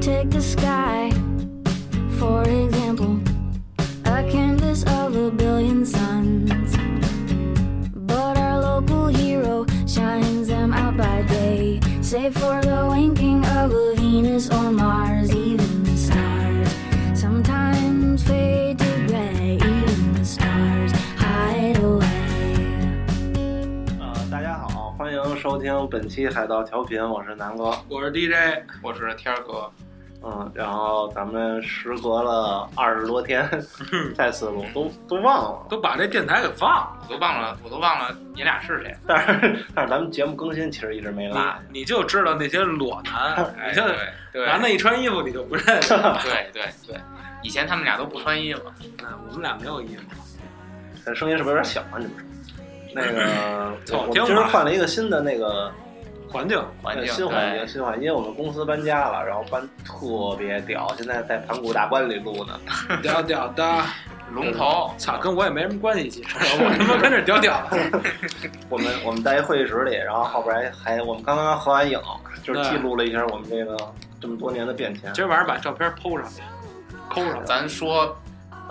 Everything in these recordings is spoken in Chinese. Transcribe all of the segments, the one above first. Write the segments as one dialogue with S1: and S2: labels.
S1: take the sky, for example, a canvas of a billion suns. But our local hero shines them out by day, save for the winking of a Venus or Mars, even the stars. Sometimes fade to gray, even the stars hide away.
S2: 呃，大家好，欢迎收听本期海盗调频，我是南哥。
S3: 我是 DJ，我是天儿哥，
S2: 嗯，然后咱们时隔了二十多 天再次录，都都忘了。
S3: 都把这电台给忘了，我都忘了，我都忘了你俩是谁。
S2: 但是但是咱们节目更新其实一直没
S4: 嗯
S2: 落。
S3: 你你就知道那些裸男，
S4: 哎，
S3: 你
S4: 对
S3: 就
S4: 对
S3: 嗯男的一穿衣服你就不认识。
S4: 对对对，以前他们俩都不穿衣服，
S3: 嗯我们俩没有衣服，，
S2: 这声音是不是有点小啊？ 你们说？那个
S3: 好
S2: 我们
S3: 听
S2: 今儿
S3: 吧
S2: 换了一个新的那个呃
S3: 环境
S4: 环境
S2: 新环境，
S4: 对
S2: 新环境，因为我们公司搬家了，然后搬特别屌，现在在盘古大观里录呢。
S3: 屌屌的，
S4: 龙头，
S3: 操，跟我也没什么关系。其实我他妈跟这屌屌的，
S2: 我们我们在一会议室里，然后后边还还我们刚刚合完影，就是记录了一下我们这个这么多年的变迁。
S3: 今儿晚上把照片 PO 上去，抠上去，
S4: 咱说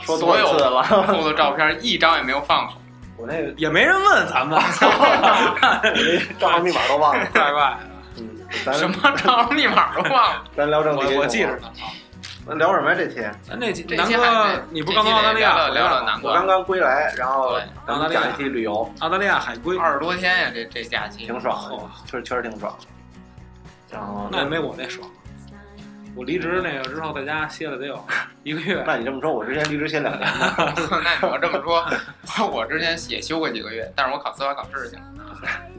S2: 说多少次了？
S4: 扣的照片一张也没有放过，
S2: 我那个
S3: 也没人问咱们，
S2: 我那账号密码都忘 了。
S3: 怪怪。
S2: 嗯，咱
S4: 什么账号密码都 忘了。
S2: 咱聊正题
S3: 我我记着呢。
S2: 咱聊什么呀？这期
S3: 咱那期
S4: 这
S3: 南
S4: 期还
S3: 哥
S4: 得，
S3: 你不
S4: 这
S3: 刚
S4: 期
S3: 从澳大
S4: 得
S3: 利亚
S4: 聊
S3: 回
S4: 了
S3: 来
S4: 聊了
S3: 吗？
S4: 南
S2: 我刚
S4: 瓜，
S2: 刚归来，然后
S4: 对
S2: 咱们讲一期旅游，
S3: 澳大利亚海归，
S4: 二十多天呀，这这假期
S2: 挺爽
S3: 嗯哦
S2: 的，确实确实挺爽的。然后
S3: 那也没我那爽。我离职那个之后，在家歇了得有一个月。
S2: 那你这么说，我之前离职歇两年了，
S4: 那你要这么说， 我我之前也休过几个月，但是我考司法考试去了，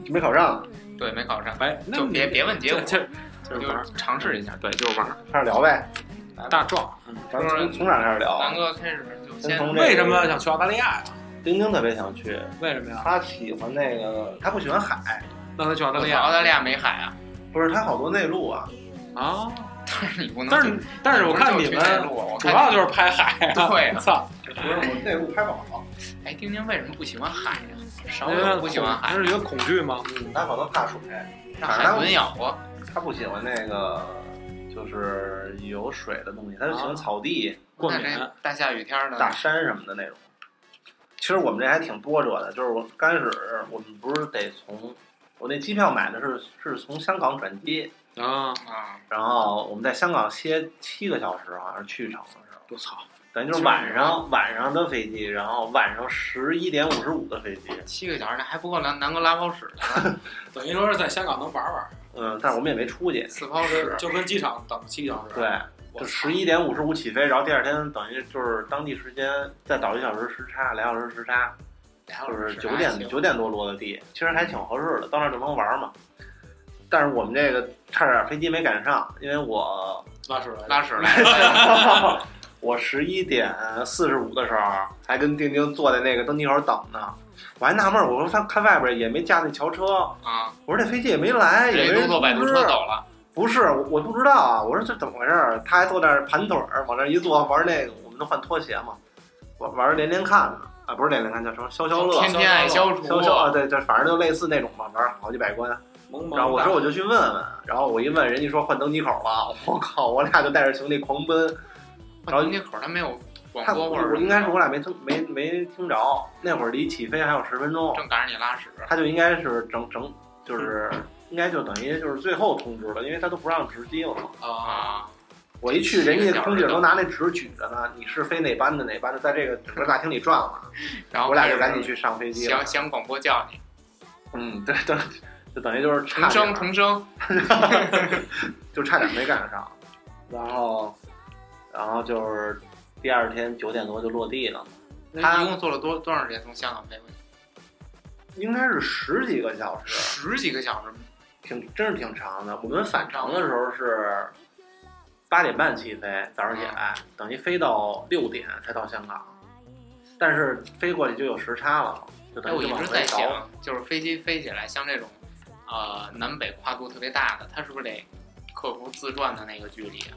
S2: 没考上，
S4: 对，没考上，
S3: 白，那
S4: 就
S3: 你
S4: 别别问结果
S3: 就就
S4: 我
S3: 就是玩儿
S4: 就尝试一下。
S3: 对，就是玩儿
S2: 开始聊呗。
S3: 大壮。
S4: 嗯
S2: 咱们从从哪儿开始
S4: 南
S2: 聊？啊
S4: 哥开始就
S2: 先
S4: 先
S2: 从这个
S3: 为什么想去澳大利亚呀？
S2: 丁丁特别想去，
S3: 为什么呀？
S2: 他喜欢那个，他不喜欢海，
S3: 让他去澳大
S4: 我
S3: 利
S4: 操澳
S3: 亚
S4: 大利亚没海啊，
S2: 不是他好多内陆啊。
S3: 啊？
S4: 但是你不能
S3: 但
S4: 去
S3: 是但是我看你
S4: 不能就去内
S3: 们
S4: 陆啊我
S3: 主
S4: 看
S3: 要就是拍海啊。
S4: 对啊
S3: 操，
S2: 不是我内陆拍不好，
S4: 哎，丁丁为什么不喜欢海呀、
S3: 因
S4: 少
S2: 啊
S3: 为
S4: 有不喜欢海，
S3: 是有恐惧吗？
S2: 嗯，他可能怕水，
S4: 让海豚咬啊，
S2: 他不喜欢那个就是有水的东西，他就喜欢草地、
S3: 过
S4: 那
S3: 敏。
S4: 这大下雨天儿呢，
S2: 啊大山什么的那种。其实我们这还挺波折的，就是我刚开始我们不是得从我那机票买的是是从香港转机，
S3: 啊！
S4: 啊，
S2: 然后我们在香港歇七个小时，好像是去一场的时候，
S3: 我操，
S2: 咱就是晚上晚上的飞机，然后晚上十一点五十五的飞机，
S4: 七个小时那还不够南南哥拉泡屎呢，
S3: 等于说是在香港能玩玩，
S2: 嗯，但是我们也没出去，
S4: 四泡屎，
S3: 就跟机场等七个小时。
S2: 对，，就十一点五十五起飞，然后第二天等于就是当地时间再倒一小时时差，俩小时时差，
S4: 俩小
S2: 就
S4: 时
S2: 是九点九点多落的地，其实
S4: 嗯
S2: 还挺合适的，到那儿就能玩嘛。但是我们这个差点飞机没赶上，因为我
S3: 拉屎来
S4: 拉屎来了，
S2: 我十一点四十五的时候还跟丁丁坐在那个登机口等呢，我还纳闷儿，我说他看外边也没架那桥车，
S4: 啊，
S2: 我说这飞机也没来，也
S4: 谁
S2: 没哎
S4: 都
S2: 人
S4: 坐摆渡
S2: 通知
S4: 车走了，
S2: 不是，我我不知道啊，我说这怎么回事儿？他还坐那儿盘腿儿，往那儿一坐玩那个，我们都换拖鞋嘛，玩玩连连看呢，啊，不是连连看，叫什么消消乐、
S4: 天天爱消除，
S2: 消消啊，对，就反正就类似那种吧，玩好几百关。
S3: 萌萌
S2: 然后我说我就去问问，然后我一问，人家说换登机口了，我靠，我俩就带着行李狂奔。然后
S4: 那口儿他没有广
S2: 他
S4: 播
S2: 我
S4: 或者
S2: 应该是我俩没听没没听着，那会儿离起飞还有十分钟，
S4: 正赶上你拉屎，
S2: 他就应该是整整就是 应该就等于就是最后通知了，因为他都不让值机了嘛。
S3: 啊，
S4: 啊，
S2: 我一去，人家空姐都拿那纸举着呢，你是飞哪班的哪班的，在这个整个大厅里转了，
S4: 然后
S2: 我俩就赶紧去上飞机了
S4: 想。想广播叫你，
S2: 嗯，对对，就等于就是差
S4: 重生
S2: 点，
S4: 重生，
S2: 就差点没赶上。然后，然后就是第二天九点多就落地了，
S4: 那一共坐了多多长时间从香港飞回去？
S2: 应该是十几个小时，
S4: 十几个小时，
S2: 挺真是挺长的。我们返程的时候是八点半起飞，早上起
S4: 啊
S2: 来，等于飞到六点才到香港，但是飞过去就有时差了，就
S4: 哎，
S2: 等
S4: 我
S2: 于
S4: 一
S2: 就往
S4: 直
S2: 回
S4: 在
S2: 倒。
S4: 想，就是飞机飞起来，像这种，呃，南北跨度特别大的，它是不是得克服自转的那个距离啊？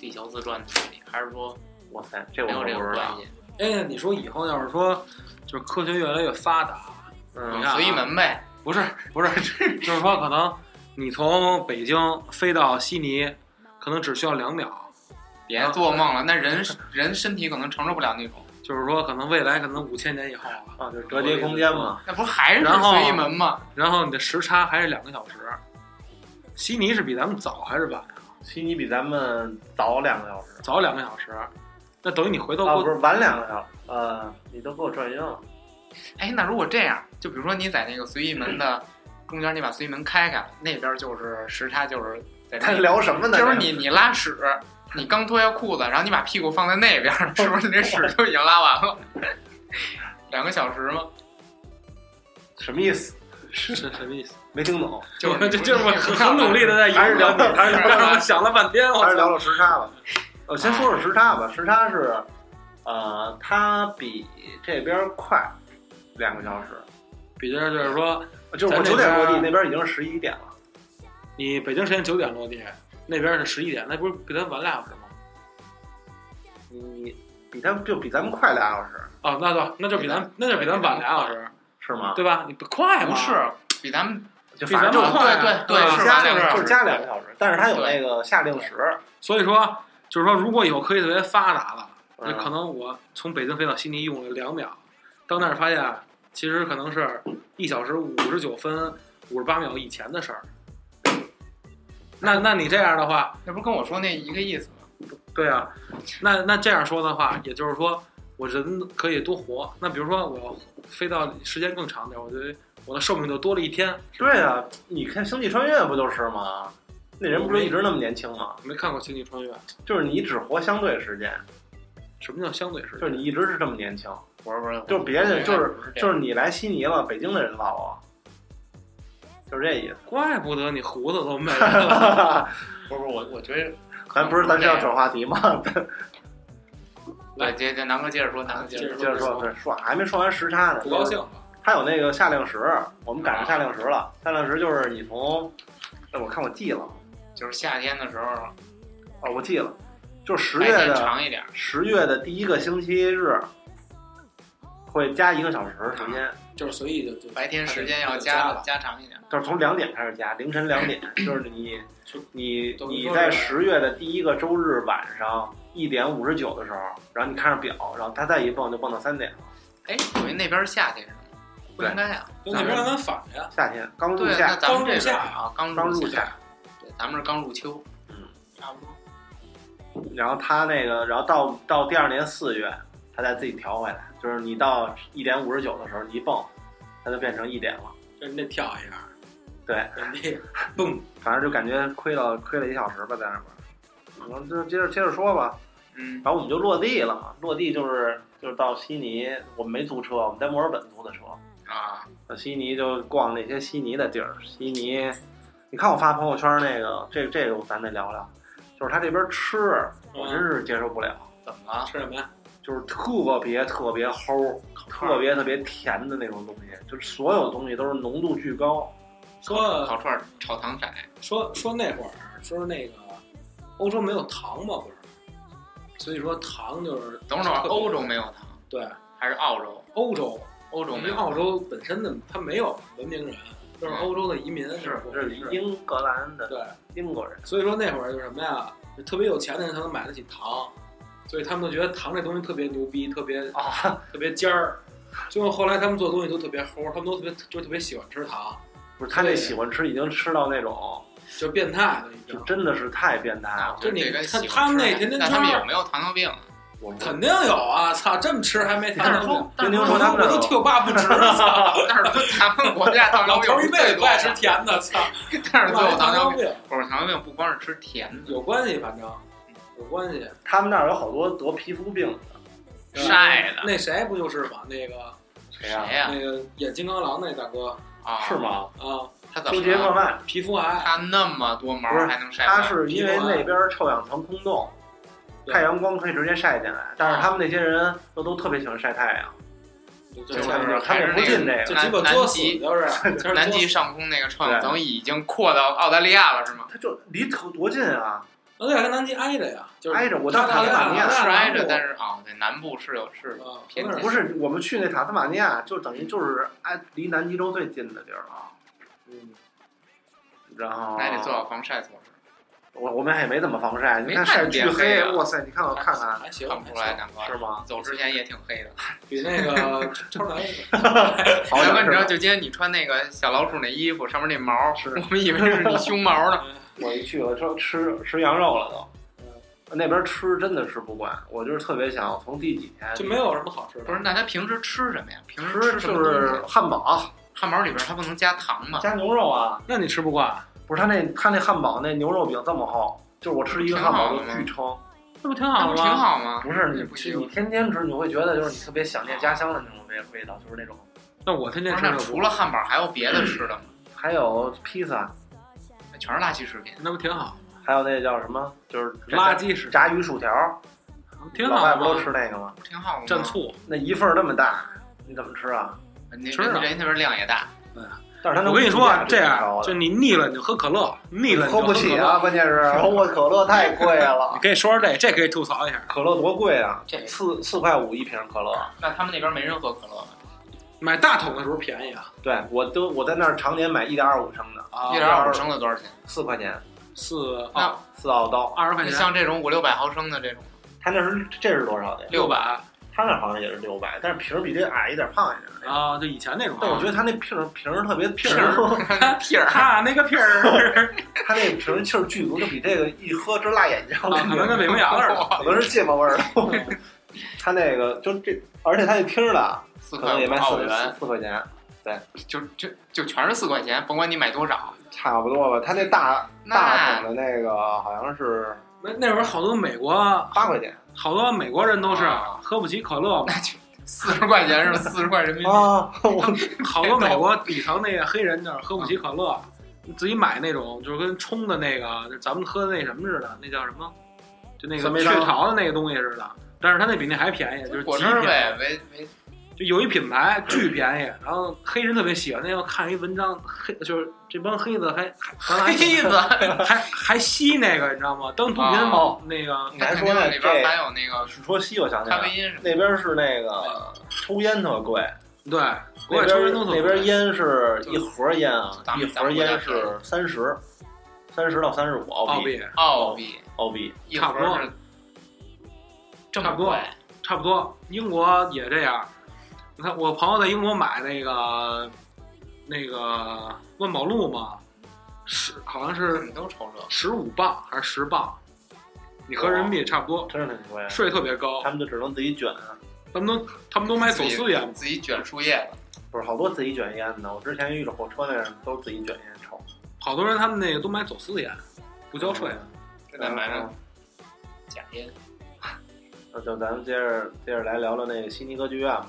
S4: 地球自转的距离，还是说
S2: 哇塞，这我
S4: 没有
S2: 可不
S4: 这个
S2: 知
S4: 关
S2: 道。
S4: 系？
S3: 哎，你说以后要是说，就是科学越来越发达，
S2: 嗯
S3: 你看啊
S4: 随意门呗，
S3: 不是 不是，就是说可能你从北京飞到悉尼，可能只需要两秒，
S4: 别
S2: 嗯
S4: 做梦了，那人人身体可能承受不了那种，
S3: 就是说可能未来可能五千年以后啊，
S2: 啊，就是折叠空间嘛。
S4: 那不还是
S3: 然后
S4: 随意门吗？
S3: 然后你的时差还是两个小时。悉尼是比咱们早还是晚啊？
S2: 悉尼比咱们早两个小时，
S3: 早两个小时，那等于你回头
S2: 啊，
S3: 过
S2: 不是晚两个小时，呃，你都给我转晕了。
S4: 哎，那如果这样，就比如说你在那个随意门的中间，你把随意门开开，那边就是时差，就是在
S2: 他
S4: 那
S2: 聊什么呢？
S4: 就是你你拉屎，你刚脱下裤子，然后你把屁股放在那边儿，是不是你这屎就已经拉完了？两个小时吗？
S2: 什么意思？
S3: 是是什么意思？
S2: 没听懂，
S4: 就
S3: 就就是我很很努力的在
S2: 还是聊
S3: 天，还是
S4: 还是聊
S3: 我 想了半天，我
S2: 还是聊
S3: 操，
S2: 聊时差吧。我呃先说说时差吧，时差是，呃，它比这边快两个小时，
S3: 比较就是说，
S2: 就是我
S3: 咱这
S2: 九点落地，
S3: 边
S2: 那边已经十一点了。
S3: 你北京时间九点落地，那边是十一点，那不是比咱晚俩小时吗？
S2: 你比他们就比咱们快俩小时，
S3: 哦，那就那就比咱那就比咱晚俩小时，
S2: 是吗？
S3: 对吧？你不快吗？
S4: 不是比咱们
S2: 就
S3: 比
S2: 反正
S3: 咱
S2: 就
S3: 们
S2: 快
S3: 快
S4: 对
S3: 啊对
S4: 对
S3: 吧
S4: 对是
S2: 加
S4: 晚
S2: 两
S4: 两
S2: 个小时，
S4: 个小
S2: 就
S4: 时，
S2: 加两个小时，但是它有那个夏令时，
S3: 所以说就是说，如果以后科技特别发达了，那
S2: 嗯
S3: 可能我从北京飞到悉尼用了两秒，到那儿发现其实可能是一小时五十九分五十八秒以前的事儿。那那你这样的话，
S4: 那不是跟我说那一个意思吗？
S3: 对啊，那那这样说的话，也就是说我人可以多活。那比如说我要飞到时间更长点，我觉得我的寿命就多了一天。
S2: 对啊，你看《星际穿越》不就是吗？那人不是一直那么年轻吗？
S3: 没看过《星际穿越》，
S2: 就是你只活相对时间，
S3: 什么叫相对时
S2: 就是
S3: 间？
S2: 你一直是这么年轻，
S4: 不是不是，
S2: 就是别的就是
S4: 不是这
S2: 就
S4: 样
S2: 是你来悉尼了，北京的人老啊，就是这意思。
S3: 怪不得你胡子都没了。
S4: 不是不是我我觉得
S2: 咱不是咱是要转话题吗？
S4: 对，哎接接南哥接着说，南哥啊接着
S2: 接着说，
S4: 说，
S2: 对，说还没说完时差呢，
S3: 不高兴了，
S2: 它有那个夏令时，我们赶上夏令时了。夏令时就是你从，哎，我看我记了，
S4: 就是夏天的时候
S2: 哦，我记了，就是十
S4: 白
S2: 月
S4: 天
S2: 的
S4: 长一点，
S2: 十月的第一个星期日，会加一个小时时间，
S3: 就是随意就就
S4: 白天时间要
S3: 加
S4: 加加长一点。
S2: 就是从两点开始加，凌晨两点，就是你你
S3: 等于
S2: 你
S3: 说
S2: 在
S3: 是
S2: 十月的第一个周日晚上一点五十九的时候，然后你看上表，然后它再一蹦就蹦到三点了，
S4: 哎，我觉得那边是夏天是吗？不应该啊，
S3: 就那边跟咱反着呀。
S2: 夏天刚入
S4: 对，那
S2: 夏，
S4: 咱们
S3: 刚入
S4: 这边
S3: 夏
S4: 啊，刚
S2: 刚入
S4: 入
S2: 夏，
S4: 对，咱们是刚入秋，
S2: 嗯，
S4: 差不多。
S2: 然后他那个，然后到到第二年四月，他再自己调回来，就是你到一点五十九的时候，你一蹦，它就变成一点了，
S3: 就是那跳一下，
S2: 对，
S3: 原地蹦，
S2: 反正就感觉亏了亏了一小时吧，在那边。然后就接着接着说吧，
S4: 嗯，
S2: 然后我们就落地了嘛，落地就是就是到悉尼，我们没租车，我们在墨尔本租的车，
S4: 啊，
S2: 到悉尼就逛那些悉尼的地儿，悉尼，你看我发朋友圈那个，这这个咱得聊聊，就是他这边吃，我真是接受不了。
S4: 怎么了？
S3: 吃什么呀？
S2: 就是特别特别齁，特别特别甜的那种东西，就是所有东西都是浓度巨高。
S3: 说
S4: 烤串儿炒糖色，
S3: 说说那会儿，说那个欧洲没有糖嘛，不是？所以说糖就是
S4: 等会儿
S3: 特别
S4: 欧洲没有糖，
S3: 对
S4: 还是澳洲？
S3: 欧洲，
S4: 欧洲
S3: 因
S4: 没
S3: 为
S4: 有，嗯
S3: 澳洲本身的它没有文明人，就是欧洲的移民不
S2: 这是英格兰的
S3: 对，
S2: 英国人，
S3: 所以说那会儿就是什么呀，就特别有钱的人才能买得起糖，所以他们都觉得糖这东西特别牛逼，特别
S2: 啊
S3: 特别尖儿。最后后来他们做东西都特别齁，他们都特别就特别喜欢吃糖，
S2: 不是他这
S3: 对
S2: 喜欢吃已经吃到那种，
S3: 就变态了已
S2: 就
S3: 经。
S2: 真的是太变态了。
S3: 就你
S4: 这个
S3: 看
S4: 喜欢
S3: 他们
S4: 吃
S3: 那
S4: 的
S3: 甜甜
S4: 那他们
S3: 圈儿
S4: 有没有糖尿病啊？
S2: 我们
S3: 肯定有啊！操，这么吃还没糖
S4: 但是
S3: 呢。
S4: 但
S2: 听
S4: 是
S2: 说他们
S3: 我都替我爸 不值，操！
S4: 但是咱们国家糖尿
S3: 老头儿
S4: 病
S3: 一辈
S4: 最
S3: 子不
S4: 多
S3: 爱吃甜的，操！
S4: 但是最后
S3: 糖
S4: 糖尿病，
S3: 病
S4: 不是糖尿病不光是吃甜的，
S3: 有关系，反正有关系。
S2: 他们那儿有好多得皮肤病的，
S4: 晒的
S3: 那谁不就是嘛？那个
S2: 谁
S4: 谁
S2: 呀、
S4: 呀？
S3: 那个演金刚狼那大哥
S4: 啊，
S2: 是？吗？
S3: 啊，
S4: 他怎
S2: 周
S4: 么
S2: 杰
S4: 了
S2: 莫奈，
S3: 皮肤癌，
S4: 他那么多毛
S2: 不是
S4: 还能晒
S2: 他
S4: 黑？
S2: 是因为那边臭氧层空洞，
S3: 对
S2: 太阳光可以直接晒进来，但是他们那些人都都特别喜欢晒太阳，
S3: 就
S4: 就是
S3: 就
S2: 他们不进这
S3: 就
S2: 个，
S3: 基本作死 就是，就是
S4: 南极
S3: 作死
S4: 上空那个臭氧层已经扩到澳大利亚了，是吗？
S2: 他就离头多近啊！
S3: 啊对，跟南极挨着呀，就是
S2: 挨着我到塔斯马尼亚
S3: 澳大利亚
S4: 是挨着，
S3: 南部
S4: 但是啊，对，南部是有是有
S3: 啊
S4: 偏
S3: 不是
S2: 不是，我们去那塔斯马尼亚，就等于就是挨离南极洲最近的地儿了。
S3: 嗯
S2: 啊然后
S4: 那还得做好防晒措施。
S2: 我我们也没怎么防晒，你
S4: 没
S2: 看
S4: 看
S2: 晒
S4: 见
S2: 巨
S4: 黑啊
S2: 哇塞！你看我看看，
S3: 还行，
S4: 看不出来南瓜
S2: 是吗？
S4: 走之前也挺黑的。
S3: 比那个超男
S2: 好像
S4: 南哥，
S2: 是
S4: 你知道，
S2: 吧。
S4: 就今天你穿那个小老鼠那衣服，上面那毛，
S3: 是
S4: 我们以为是你胸毛呢。
S2: 我一去了，说吃吃羊肉了都，那边吃真的吃不惯，我就是特别想从第几天
S3: 就没有什么好吃的。
S4: 不是，那他平时吃什么呀？平时
S2: 吃
S4: 什么
S2: 就
S4: 东西
S2: 是汉堡
S4: 汉堡里边他不能加糖嘛？
S2: 加牛肉啊，
S3: 那你吃不惯，
S2: 不是他那他那汉堡那牛肉饼这么厚，就是我吃一个汉堡就
S4: 挺好的吗
S2: 巨撑。
S3: 那不挺
S4: 那
S3: 好
S4: 不
S3: 的
S4: 挺
S3: 吗？
S4: 好吗？
S2: 不是
S4: 那
S2: 你
S4: 不
S2: 吃
S4: 行
S2: 你天天吃，你会觉得就是你特别想念家乡的那种味味道，就是那种。
S3: 那我天
S4: 不
S3: 天
S4: 是，
S3: 吃
S4: 那
S3: 就不
S4: 除了汉堡还有别的吃的吗？
S2: 还有披萨，
S4: 那全是垃圾食品。
S3: 那不挺好，
S2: 还有那叫什么，就是
S3: 垃
S2: 炸
S3: 圾食
S2: 炸鱼薯条，
S3: 挺
S2: 老
S3: 好
S2: 外
S3: 啊。
S2: 不都吃那个吗？
S4: 不挺好吗？
S3: 蘸醋，
S2: 那一份儿那么大，你怎么吃啊？
S4: 人家
S3: 吃啊
S4: 人家那边量也大，
S2: 但是它那
S3: 我跟你说啊
S2: 物，价
S3: 这
S2: 挺高
S3: 样
S2: 的
S3: 就你腻了你就喝可乐，腻了你就
S2: 喝不
S3: 可
S2: 起
S3: 乐
S2: 啊，。关键是红我可乐太贵
S3: 你
S2: 了，
S3: 可以说说这，这可以吐槽一下。
S2: 可乐多贵啊
S4: 这，
S2: 四四块五一瓶可乐。
S4: 那他们那边没人喝可乐吧？
S3: 买大桶的时候便宜啊，
S2: 对我都我在那儿常年买一点二五升的，
S3: 啊
S4: 一点二五升的多少钱？
S2: 四块钱，
S3: 四
S4: 那
S3: 啊
S2: 四澳刀。
S3: 二十块
S4: 那
S3: 钱，
S4: 像这种五六百毫升的这种，
S2: 他那是这是多少的呀？
S4: 六百
S2: 他那好像也是六百，但是瓶儿比这矮一点，胖一点。
S3: 啊，就以前那种啊。
S2: 但我觉得他那瓶儿瓶儿特别瓶
S4: 瓶
S2: 儿，
S4: 屁 儿，
S3: 啊，那个屁儿，
S2: 他那瓶儿气儿巨足，就比这个一喝直辣眼睛。
S3: 啊可能跟北冰洋似的。
S2: 可能是芥末味儿的。他那个就这，而且他那听儿的啊
S4: 四
S2: 可
S4: 块
S2: 能也
S4: 五
S2: 卖
S4: 澳
S2: 四
S4: 元，
S2: 四四块钱，
S4: 就就就全是四块钱，甭管你买多少。
S2: 差不多吧。他那大大
S4: 那
S2: 桶的那个好像是
S3: 那那会儿好多美国，
S2: 八块钱
S3: 好多美国人都是
S4: 啊
S3: 喝不起可乐嘛，
S4: 四十块钱是四十块人民币，
S2: 啊！我
S3: 好 多美国底层那个黑人就是喝不起可乐，自己买那种就是跟冲的那个，就咱们喝的那什么似的，那叫什么？就那个
S2: 酸梅
S3: 雀
S2: 汤
S3: 巢的那个东西似的，但是它那比那还便宜，就是
S4: 果
S3: 极
S4: 汁儿
S3: 便宜
S4: 呗，没没
S3: 就有一品牌巨便宜，然后黑人特别喜欢。那天我看一文章，黑就是这帮黑子还 还
S2: 哎
S4: 黑子。
S3: 还还还吸那个，你知道吗？当毒品
S2: 哦
S3: 那个
S2: 你
S4: 那
S2: 还
S4: 肯
S2: 说
S4: 定
S2: 呢
S4: 里边还
S2: 这啊
S4: 有那个
S2: 说西，我想起
S4: 咖
S2: 来了，
S4: 啡因什么的。
S2: 那边是那个抽烟特贵，
S3: 对，国
S2: 那
S3: 外抽
S2: 边
S3: 人都特
S2: 那边烟是一盒烟啊
S4: 就咱，
S2: 一
S4: 们
S2: 盒烟是三十，三十到三十五澳
S3: 澳
S2: 币，
S3: 币
S4: 澳币
S2: 澳币
S4: 一盒
S3: 差
S4: 是这么
S3: 差不多
S4: 贵，
S3: 差不多。英国也这样。你看，我朋友在英国买那个那个万宝路嘛，十好像
S4: 你
S3: 是
S4: 们都抽这个。
S3: 十五磅还是十磅，你合人民币差不多，
S2: 真是挺贵，啊
S3: 税特别高
S2: 他。们就只能自己卷。啊
S3: 他们都他们都买走私烟，
S4: 自己卷树叶子，
S2: 不是好多自己卷烟的，我之前遇着火车那人都自己卷烟抽，
S3: 好多人他们那个都买走私烟，不交税。
S2: 嗯
S4: 这在买上假烟。
S2: 那嗯就咱们接着接着来聊聊那个悉尼歌剧院吧，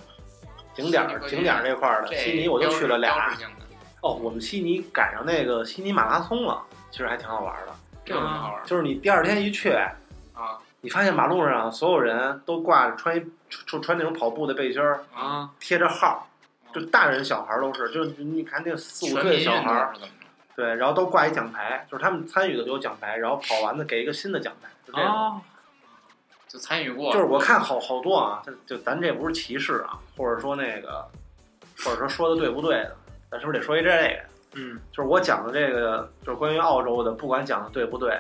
S2: 景点儿
S4: 悉尼歌剧
S2: 景
S4: 院
S2: 点儿这块儿的
S4: 这
S2: 悉尼我就去了
S4: 标
S2: 俩
S4: 志性的，
S2: 哦，我们悉尼赶上那个悉尼马拉松了，其实还挺好玩的，
S4: 这有什么好玩
S2: 就是你第二天一去，
S4: 啊
S2: 你发现马路上所有人都挂着穿一穿穿那种跑步的背心儿，
S4: 啊！
S3: 啊，
S2: 贴着号，就大人小孩儿都是，就是你看那四五
S4: 全
S2: 岁
S4: 民
S2: 的
S4: 运
S2: 小
S4: 动
S2: 孩儿，
S4: 是怎么着？
S2: 对，然后都挂一奖牌，就是他们参与的有奖牌，然后跑完的给一个新的奖牌，就这种。嗯
S3: 啊，
S4: 就参与过，
S2: 就是我看好好多啊，就就咱这不是歧视啊，或者说那个，或者说说的对不对的，咱是不是得说一这个？
S3: 嗯，
S2: 就是我讲的这个，就是关于澳洲的，不管讲的对不对，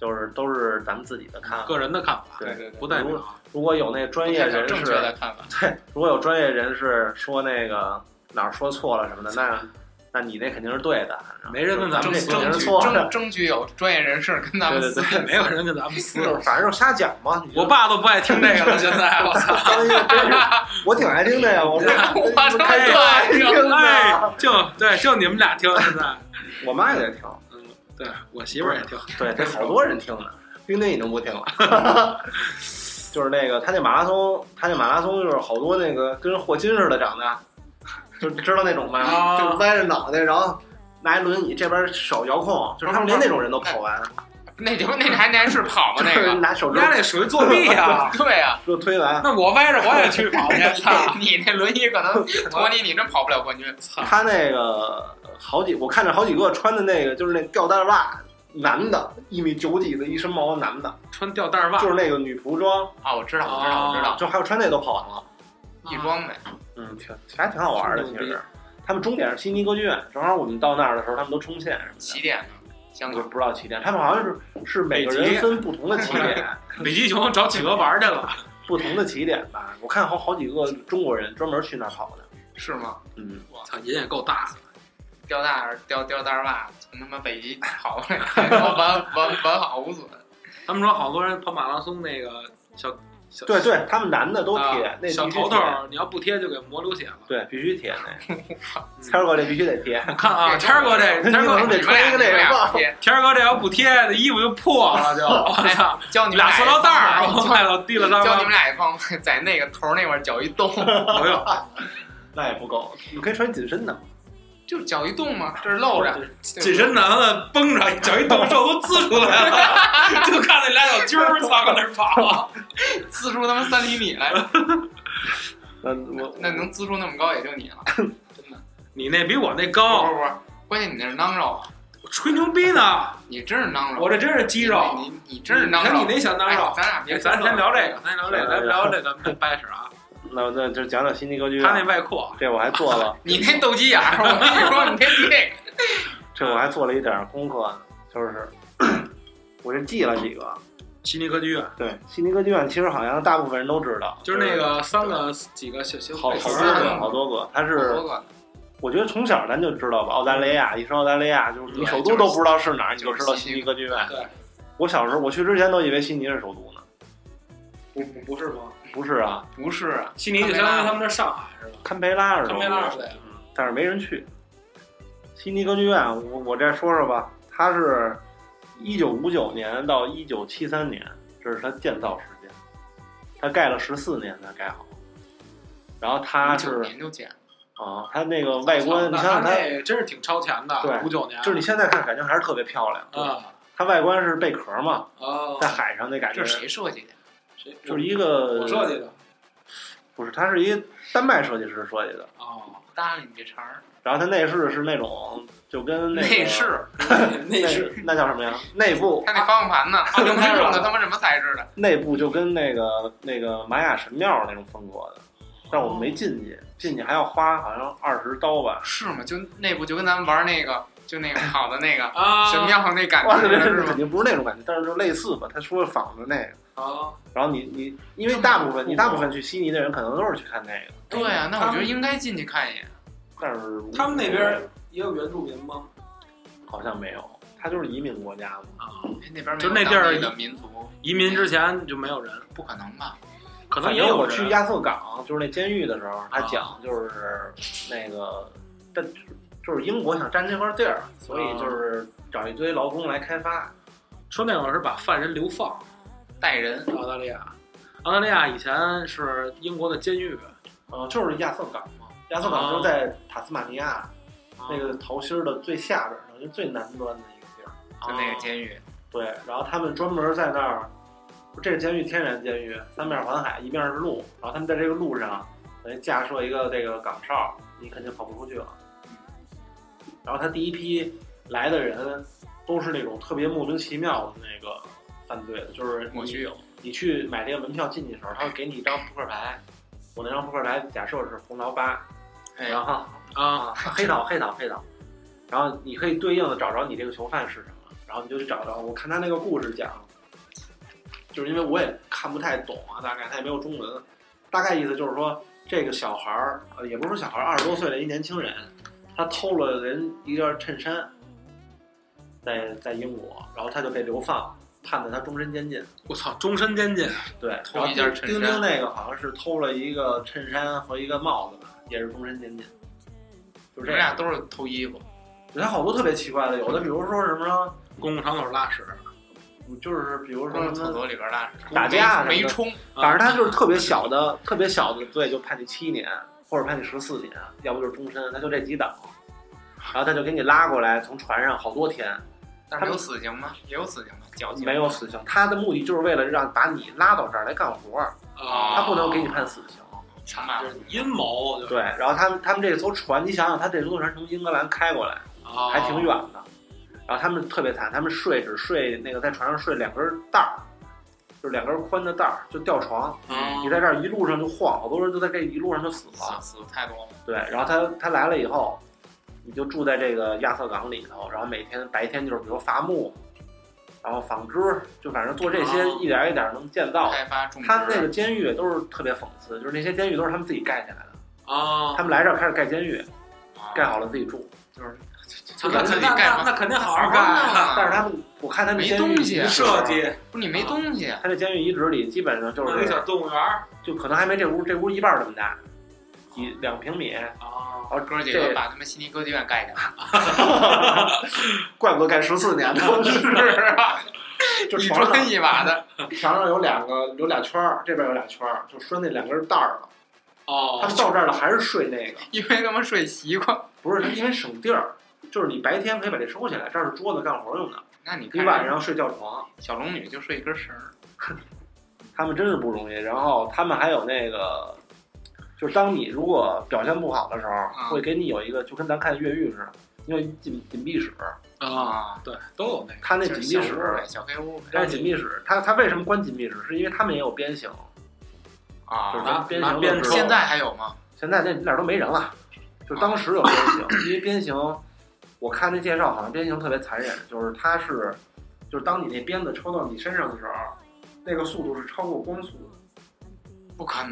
S2: 就是都是咱们自己的看法。
S3: 个人的看法，
S4: 对对对，
S3: 不代表啊
S2: 如果有那专业人
S4: 正
S2: 士
S4: 确，的看法，
S2: 对，如果有专业人士说那个哪儿说错了什么的，那那你那肯定是对的，反正
S3: 没人跟咱
S2: 正
S3: 们
S4: 争
S2: 这肯
S4: 取
S2: 定
S3: 说，
S2: 是错
S4: 争取
S2: 的
S4: 争争取有专业人士跟咱们
S2: 对对对
S4: 私
S3: 没有人跟咱们撕。
S2: 就是反正就瞎讲嘛。你就
S3: 我爸都不爱听这个了，现在我 操，
S2: 刚才就真 是，我挺爱听的呀，我说哎
S4: 我他妈
S2: 开
S4: 就爱听
S2: 听的，
S3: 哎，就对，就你们俩听现在。
S2: 我妈也听。
S3: 嗯，对我媳妇儿也听，
S2: 对， 这好多人听呢，冰丁已经不听了。就是那个他那马拉松，他那马拉松就是好多那个跟霍金似的长得，就知道那种吗？
S3: 啊
S2: 就歪着脑袋，然后拿一轮椅，这边手遥控，就是他们连那种人都跑完，
S4: 那就那还那还是跑哦吗？那
S2: 就是
S4: 个
S2: 拿手
S3: 人
S2: 肘
S3: 家这属于作弊呀。
S4: 对啊，
S2: 就推完。
S3: 那我歪着我也去跑去，操！
S4: 你那轮椅可能模拟你真跑不了冠军，
S2: 他那个好几，我看着好几个穿的那个就是那吊带袜，男的，一米九几的，一身毛，男的，
S3: 穿吊带袜
S2: 就是那个女仆装，
S4: 啊！我知道，我知道，我知道，
S2: 就还有穿那都跑完了。哦
S4: 亦庄呗，
S2: 嗯，挺还挺好玩的，其
S3: 真牛
S2: 实。他们终点是悉尼歌剧院，正好我们到那儿的时候，他们都冲线什么
S4: 起
S2: 的。
S4: 点呢？香
S2: 不
S4: 港
S2: 不知道起点，他们好像是是每个人分不同的起
S3: 北极
S2: 点，
S3: 北极熊找企鹅玩去了，
S2: 不同的起点吧。我看好好几个中国人专门去那儿跑的。
S4: 是吗？
S2: 嗯，
S3: 操，瘾也够大的。
S4: 吊带儿吊吊带儿袜，从他妈北极跑回来，然后完完完好无损。
S3: 他们说好多人跑马拉松那个小小
S2: 对对，他们男的都贴、
S4: 啊
S2: 那
S3: 小
S2: 必须
S3: 头头
S2: 贴
S3: 儿，你要不贴就给磨流血 了。
S2: 对，必须贴那。谦儿哥这必须得贴，
S3: 我看啊，谦儿哥这谦 儿
S2: 你
S3: 哥
S2: 们得
S4: 你们
S2: 穿一
S4: 俩
S2: 个
S4: 你们
S2: 那个吧
S4: 俩 贴，
S3: 谦儿哥这要不贴，这衣服就破了，就我操，
S4: 哎教
S2: 哎
S4: 你们哎
S3: 俩塑料袋 儿，
S4: 一
S3: 我卖了提了
S4: 筐
S3: 三
S4: 教你
S3: 万，
S4: 们俩一筐，在那个头儿那块儿绞一洞，
S3: 哎呦，
S2: 那也不够，你可以穿紧身的。
S4: 就绞一洞哦嘛，这是露着，
S3: 紧身男的绷着，脚一抖手都呲出来了，就看那俩小鸡儿操搁那儿跑。
S4: 滋出他妈三厘米来，
S2: 那我
S4: 那能滋出那么高也就你了。
S3: 你那比我那
S4: 不
S3: 高，
S4: 不不，关键你那是囊肉，
S3: 我吹牛逼呢，
S2: 嗯
S4: 你真是囊肉，
S3: 我这真是肌肉。
S4: 你你你真是
S3: 你
S4: 囊
S3: 看
S4: 肉。
S3: 你那小囊
S4: 哎
S3: 肉，
S4: 咱俩别
S3: 咱先聊这个，咱聊这
S2: 对
S3: 个，
S2: 对
S3: 咱聊这
S2: 哎
S3: 咱们这掰扯啊。
S2: 那那就讲讲悉尼歌剧院。
S3: 他那外扩，
S2: 这我还做了，
S4: 你那斗鸡眼儿，我跟你说，你那这个
S2: 这我还做了一点功课呢，就是 我这记了几个。
S3: 悉尼歌剧院
S2: 对，悉尼歌剧院其实好像大部分人都知道，
S3: 就是那个三个几个小小
S2: 嗯好
S3: 北啊
S2: 好
S3: 屯
S2: 多
S4: 儿
S2: 个，
S3: 儿，
S2: 好多个，它
S4: 好
S2: 是
S4: 多个
S2: 我觉得从小咱就知道吧，澳大利亚，一说澳大利亚，就是你
S4: 对
S2: 首
S4: 就
S2: 都
S4: 是
S2: 都不知道是哪儿，你
S4: 就是
S2: 知道
S4: 悉尼
S2: 悉尼歌剧院。
S3: 对，
S2: 我小时候我去之前都以为悉尼是首都呢，
S3: 不不不是吗？
S2: 不是啊，
S4: 不是啊，
S3: 悉尼就相当于他们那上海是吧？
S2: 堪培拉是首
S3: 堪
S2: 都，嗯
S3: 培拉是的，
S2: 但是没人去。悉尼歌剧院，我我再说说吧，它是一九五九年到一九七三年，这是它建造时间，它盖了十四年才盖好。然后它
S4: 九
S2: 是
S4: 年就建，
S2: 啊，它那个外观，你
S3: 那
S2: 想想
S3: 他
S2: 它，
S3: 那真是挺超前的
S2: 对，
S3: 五九年
S2: 就是你现在看感觉还是特别漂亮。
S3: 啊
S2: 它外观是贝壳嘛，
S3: 哦
S2: 在，海上那感觉
S4: 这，是谁设计的？
S3: 谁
S2: 就是一个
S3: 我设计的
S2: 不是，它是一丹麦设计师设计的。
S3: 哦，
S4: 不搭理你这茬儿，
S2: 然后它内饰是那种就跟那个
S4: 内饰，
S3: 那是
S2: 那叫什么呀？内部
S4: 他那方向盘呢？
S3: 啊
S4: 用的
S3: 啊
S4: 用的他妈什么材质的？
S2: 内部就跟那个那个玛雅神庙那种风格的，但我们没进去，进去还要花好像二十刀吧。
S4: 是吗？就内部就跟咱们玩那个，就那个跑的那个
S3: 啊
S4: 神庙那感
S2: 哇，
S4: 觉
S2: 这
S4: 是
S2: 这
S4: 吗
S2: 肯？定不是那种感觉，但是就类似吧。他说仿的那个，
S3: 啊？
S2: 然后你你因为大部分你大部分去悉尼的人可能都是去看那个，
S4: 对啊，那我觉得应该进去看一眼。
S2: 但是我
S3: 他们那边也有原住民吗？
S2: 好像没有，他就是移民国家嘛。
S3: 啊，
S4: 哎那边没有
S3: 就那地儿
S4: 当地的民族，
S3: 移民之前就没有人，
S4: 不可能吧？
S3: 可能
S2: 反
S3: 也
S2: 正
S3: 有
S2: 我去
S3: 人。啊
S2: 亚瑟港，就是那监狱的时候，他讲就是那个，但就是英国想占这块地儿，所
S3: 啊
S2: 以就是找一堆劳工来开发。
S3: 说那会儿是把犯人流放
S4: 带人
S3: 澳大利亚，澳大利亚以前是英国的监狱，
S2: 嗯，就是亚瑟港嘛，亚瑟港就是在塔斯马尼亚
S3: 啊
S2: 那个桃心儿的最下边儿，等于最南端的一个地儿。
S4: 就
S3: 啊
S4: 那个监狱，
S2: 对，然后他们专门在那儿，这个监狱天然监狱，三面环海，一面是路，然后他们在这个路上，等于架设一个这个岗哨，你肯定跑不出去了。然后他第一批来的人都是那种特别莫名其妙的那个犯罪的，就是
S4: 莫须
S2: 你
S4: 有。
S2: 你去买这个门票进去的时候，他会给你一张扑克牌，我那张扑克牌假设是红桃八，
S4: 哎，
S2: 然后
S3: 啊，
S2: 啊，黑桃，黑桃，黑桃。然后你可以对应的找着你这个囚犯是什么，然后你就去找着。我看他那个故事讲，就是因为我也看不太懂啊，大概他也没有中文，大概意思就是说，这个小孩儿，呃，也不是说小孩儿，二十多岁的一年轻人，他偷了人一件衬衫，在在英国，然后他就被流放，判的他终身监禁。
S3: 我操，终身监禁，
S2: 对，
S4: 偷
S2: 然后
S4: 一件
S2: 丁
S4: 衬
S2: 丁
S4: 衫
S2: 丁那个好像是偷了一个衬衫和一个帽子吧，也是终身监禁。就
S4: 我
S2: 这样
S4: 们俩都是偷衣服，
S2: 有好多特别奇怪的，有的比如说什么呢，
S3: 公共场所拉屎，
S2: 就是比如
S4: 从
S2: 说什
S4: 厕
S2: 么，
S4: 所里边拉屎，
S2: 打架
S4: 没
S2: 什么的
S4: 没冲，
S3: 啊嗯
S2: 反正他就是特别小的、特别小的罪，就判你七年，或者判你十四年，要不就是终身，他就这几档。然后他就给你拉过来，从船上好多天，
S4: 但是有死刑吗？也有死刑吗？绞刑
S2: 没有死刑。他的目的就是为了让把你拉到这儿来干活儿，
S3: 啊，
S2: 他不能给你判死刑。
S4: 什么？
S3: 就是阴谋，就是
S2: 对，然后他们他们这艘船，你想想，他这艘船从英格兰开过来，
S3: 啊
S2: 还挺远的。然后他们特别惨，他们睡只睡那个在船上睡两根带儿，就是两根宽的带儿，就吊床。
S3: 啊
S2: 你在这儿一路上就晃，好多人就在这一路上就死
S4: 死
S2: 了。
S4: 死太多了，
S2: 对，然后他他来了以后，你就住在这个亚瑟港里头，然后每天白天就是比如伐木，然后纺织，就反正做这些
S4: 哦
S2: 一点一点能建啊造。
S4: 开发种植，
S2: 哦他那个监狱都是特别讽刺，就是那些监狱都是他们自己盖起来的，
S3: 啊
S2: 他，们来这儿开始盖监狱，
S4: 啊
S2: 盖好了自己住。
S4: 就是
S3: 那
S4: 他
S3: 那
S4: 们自己
S3: 那
S4: 盖
S3: 那
S4: 嘛
S3: 那肯定好好
S4: 干
S3: 干，
S4: 啊
S2: 但是他们，我看他那
S4: 没
S2: 监狱
S4: 东西啊
S3: 设计
S4: 不是你
S2: 哦
S4: 没东西，啊
S2: 他那监狱遗址里基本上就
S3: 弄一
S2: 是
S3: 小动物园儿
S2: 就可能还没这屋这屋一半儿这么大，一两平米，
S3: 啊，
S2: 哦
S4: 哥儿几
S2: 这
S4: 个把他们悉尼歌剧院盖 起来，
S2: 怪不得盖十四年呢，
S4: 是吧？
S2: 就
S4: 一
S2: 床上
S4: 砖一瓦的，
S2: 墙上有两个有俩圈儿，这边有俩圈儿，就拴那两根带儿了。他
S3: 哦
S2: 们，到这儿了还是睡那个，
S4: 因为他们睡习惯。
S2: 不是因为省地儿，就是你白天可以把这收起来，这儿是桌子干活用的，
S4: 那你
S2: 你
S4: 看
S2: 晚上睡觉床。
S4: 小龙女就睡一根绳儿，
S2: 他们真是不容易。然后他们还有那个，就是当你如果表现不好的时候，
S4: 嗯
S2: 会给你有一个就跟咱看越狱似的，因为禁禁闭室，
S4: 啊，
S3: 对，都有那个
S2: 他那
S4: 就
S2: 禁
S4: 是
S2: 闭
S4: 小
S2: 室
S4: 屋儿呗，小黑屋
S2: 但
S4: 呗，
S2: 是紧密室，他他为什么关紧密室？是因为他们也有鞭刑，就是咱
S4: 啊，
S3: 拿
S2: 们鞭
S3: 拿
S2: 刑
S3: 鞭
S2: 的时候
S4: 现在还有吗？
S2: 现在那哪儿都没人了，就当时有鞭刑，因为鞭刑，我看那介绍好像鞭刑特别残忍，就是它是，就是当你那鞭子抽到你身上的时候，那个速度是超过光速的。
S4: 不可能，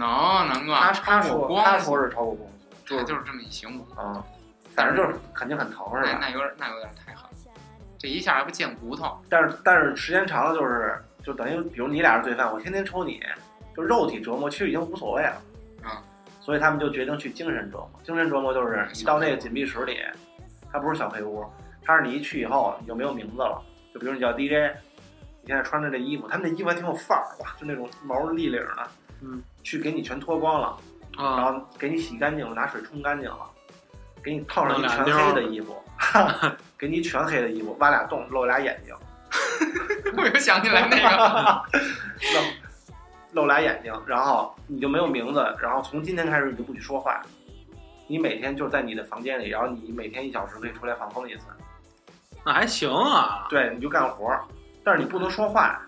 S4: 南哥，
S2: 他他
S4: 啊超
S2: 说
S4: 过光
S2: 他
S4: 速
S2: 说是超过光速，就
S4: 他
S2: 是
S4: 就是这么一形容，
S2: 啊，反正就是肯定很疼是
S4: 哎那
S2: 吧？
S4: 那有点那有点太狠，了，这一下还不见骨头，
S2: 但是但是时间长了就是就等于比如你俩是罪犯，我天天抽你，就肉体折磨其实已经无所谓了。
S4: 嗯，
S2: 所以他们就决定去精神折磨。精神折磨就是
S3: 嗯
S2: 你到那个紧闭室里，它不是小黑屋，它是你一去以后你就没有名字了。就比如你叫 DJ，你现在穿着这衣服，他们那衣服还挺有范儿，哇，就那种毛立领的，
S3: 嗯，
S2: 去给你全脱光了，然
S3: 啊，
S2: 后给你洗干净了，拿水冲干净了，给你套上
S3: 弄
S2: 一
S3: 俩
S2: 全
S3: 妞儿
S2: 黑的 衣服，给你一全黑的衣服，挖俩洞，露俩眼睛。
S4: 我又想起来那 个，
S2: 露俩眼睛，然后你就没有名字，然后从今天开始你就不许说话，你每天就在你的房间里，然后你每天一小时可以出来放风一次，
S3: 那还行啊，
S2: 对，你就干活，但是你不能说话，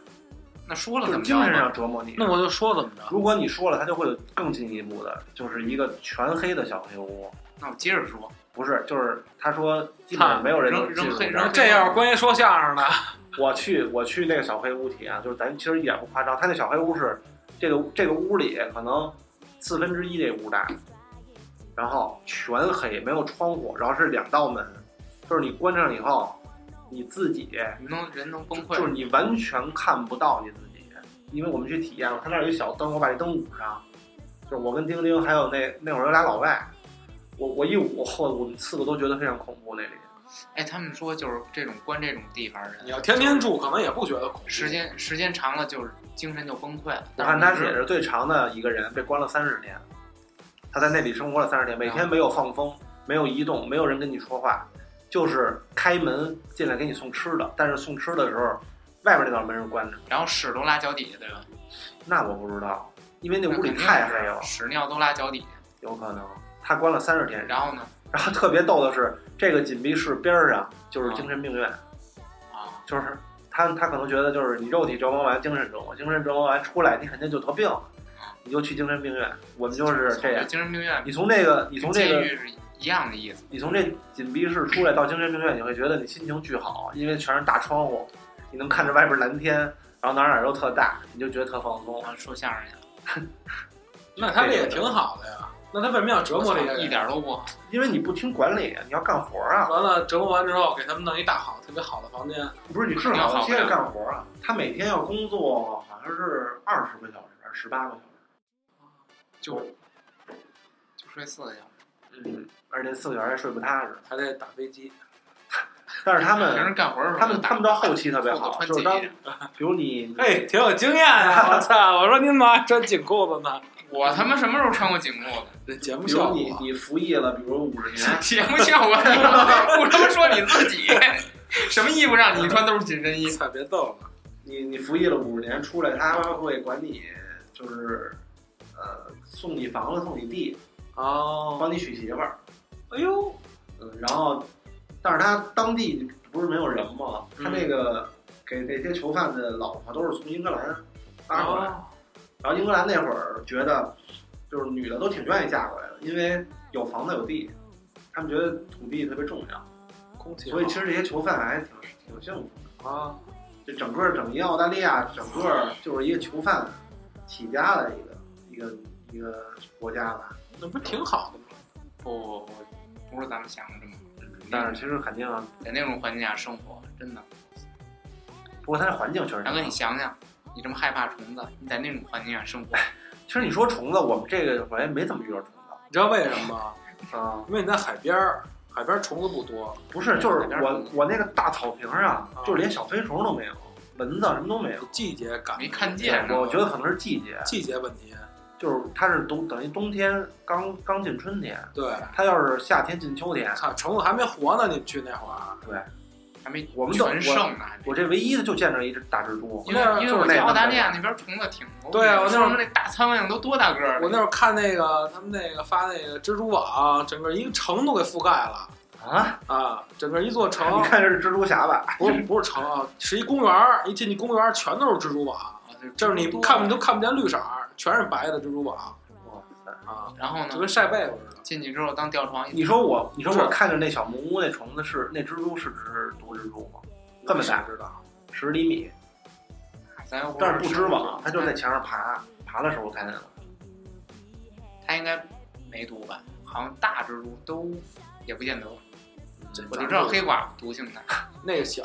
S4: 那说了
S2: 就
S4: 怎
S2: 是
S4: 么
S2: 精
S4: 着
S2: 神
S4: 呢？
S2: 上折磨你
S3: 那。我就说怎么着，
S2: 如果你说了，他就会有更进一步的，就是一个全黑的小黑屋，
S4: 那我接着说，
S2: 不是，就是他说基本上没有人能
S4: 扔
S2: 进
S4: 扔
S2: 入
S4: 黑
S2: 这
S3: 然
S2: 儿
S3: 后这要是关于说相声的，
S2: 我去，我去那个小黑屋体验，就是咱其实一点不夸张，他那小黑屋是这个这个屋里可能四分之一这屋大，然后全黑，没有窗户，然后是两道门，就是你关上以后，你自己
S4: 你能人能崩
S2: 就是
S4: 溃，
S2: 你完全看不到你自己，因为我们去体验了，他那儿有一小灯，我把这灯捂上，就是我跟丁丁还有那那会儿有俩老外，我我一捂，我我们四个都觉得非常恐怖那里。
S4: 哎，他们说就是这种关这种地方的
S3: 你
S4: 人，
S3: 要天天住，可能也不觉得恐怖。
S4: 时间时间长了就是精神就崩溃了。
S2: 我看他写着最长的一个人被关了三十天，他在那里生活了三十天，每
S4: 嗯
S2: 天没有放风，没有移动，没有人跟你说话，就是开门进来给你送吃的，但是送吃的时候，外边那道门是关着，
S4: 然后屎都拉脚底下，对吧？
S2: 那我不知道，因为那
S4: 那
S2: 屋里太黑了，
S4: 屎尿都拉脚底下。
S2: 有可能他关了三十天。
S4: 然后呢？
S2: 然后特别逗的是，这个紧闭室边儿上
S4: 嗯
S2: 就是精神病院，
S4: 啊，
S2: 就是他他可能觉得就是你肉体折磨完，精神折磨，精神折磨完出来你肯定就得病了，你就去精神病院。我们就是这样
S4: 就。精神病院
S2: 你从这个，你
S4: 你
S2: 从这个
S4: 监狱是一样的意思。
S2: 你从这紧闭室出来到精神病院，你会觉得你心情巨好，因为全是大窗户，你能看着外边蓝天，然后哪儿哪儿都特大，你就觉得特放松。
S4: 啊，说相声去了，
S3: 那他这也挺好的呀，那他为什么要折磨这些人
S4: 一？点都不好。
S2: 因为你不听管理，你要干活啊，
S3: 完了，折磨完之后，给他们弄一大好、特别好的房间，
S2: 不是你治好了接着干活啊。他每天要工作好像是二十个小时还是十八个小时，
S3: 就
S4: 就睡四个小时，
S2: 嗯，而且四个小时还睡不踏实。
S3: 还得打飞机。
S2: 但是他
S4: 平
S2: 们
S4: 时干活的时候
S2: 他们他们到后期特
S4: 特
S2: 别好，
S4: 穿
S2: 就是
S4: 紧
S2: 当
S4: 衣裳
S2: 比如你
S3: 哎，挺有经验啊！我操！我说您怎么还穿紧裤子呢？
S4: 我他妈什么时候穿过紧裤子？
S3: 这节目
S2: 比如
S3: 效
S2: 你
S3: 果，
S2: 你服役了，比如五十年，
S4: 节目效果，不他妈说你自己，什么衣服让你穿都是紧身衣。
S3: 操，啊别逗了。
S2: 你你服役了五十年出来，他会管你就是呃送你房子送你地，
S3: 哦，
S2: 帮你娶媳妇儿，
S3: 哎呦，
S2: 嗯，然后但是他当地不是没有人吗？他
S3: 嗯
S2: 那个给那些囚犯的老婆都是从英格兰拉过来，
S3: 哦
S2: 然后英格兰那会儿觉得就是女的都挺愿意嫁过来的，因为有房子有地，他们觉得土地特别重要，
S3: 哦空气好，
S2: 所以其实这些囚犯还挺挺幸福的。
S3: 啊，
S2: 这整个整一澳大利亚，整个就是一个囚犯起家的一个一个一个国家吧。
S3: 那不是挺好的吗？
S4: 不不不，不是咱们想的这么。
S2: 但是其实肯定，啊
S4: 在那种环境下生活，真的。
S2: 不过它的环境确实挺
S4: 大
S2: 好。
S4: 哥，你想想，你这么害怕虫子，你在那种环境下生活，
S2: 其实你说虫子，我们这个好像没怎么遇到虫子
S3: 你知道为什么吗？
S2: 啊。
S3: 因为你在海边儿，海边儿虫子不多，
S2: 不是，就是啊
S4: 哪边
S2: 我我那个大草坪上，就连小飞虫都没有，蚊子什么都没有。
S3: 季节感
S4: 没看见
S2: 我觉得可能是季节，
S3: 季节问题。
S2: 就是它是冬等于冬天刚刚进春天，
S3: 对，
S2: 它要是夏天进秋天，
S3: 看虫子还没活呢，你们去那会儿，
S4: 还没
S2: 我们等
S4: 全盛呢，还没
S2: 我这唯一的就见着一只大蜘蛛，
S4: 因为
S3: 那
S4: 因为
S2: 就是
S4: 我
S2: 那
S4: 去
S2: 个
S4: 澳大利亚那边虫子挺多的，
S3: 对啊我那会儿
S4: 说他们那大苍蝇都多大个儿的，
S3: 我那会儿看那个他们那个发那个蜘蛛网，整个一个城都给覆盖了
S2: 啊！
S3: 啊，整个一座城
S4: 哎
S2: 你，看这是蜘蛛侠吧？
S3: 不是不是城啊，是一公园儿，一进去公园儿全都是蜘蛛网，
S4: 啊对
S3: 就是你
S4: 多
S3: 看不都看不见绿色儿，全是白的蜘蛛网
S2: 哇塞！
S3: 啊，
S4: 然后
S3: 就
S4: 呢，
S3: 跟晒被子似的。
S4: 进去之后当吊床一
S2: 你说我，你说
S3: 是
S2: 我看着那小木屋那虫子是那蜘蛛是只毒蜘蛛吗？这么大
S3: 知道？
S2: 十厘米，
S4: 打，咱又
S2: 但是
S4: 是
S2: 不织网，它
S3: 嗯
S2: 就是在墙上爬，爬的时候看见了。
S4: 它应该没毒吧？好像大蜘蛛都也不见得，
S3: 嗯这
S4: 我就知道黑寡妇毒性 大，
S3: 那个小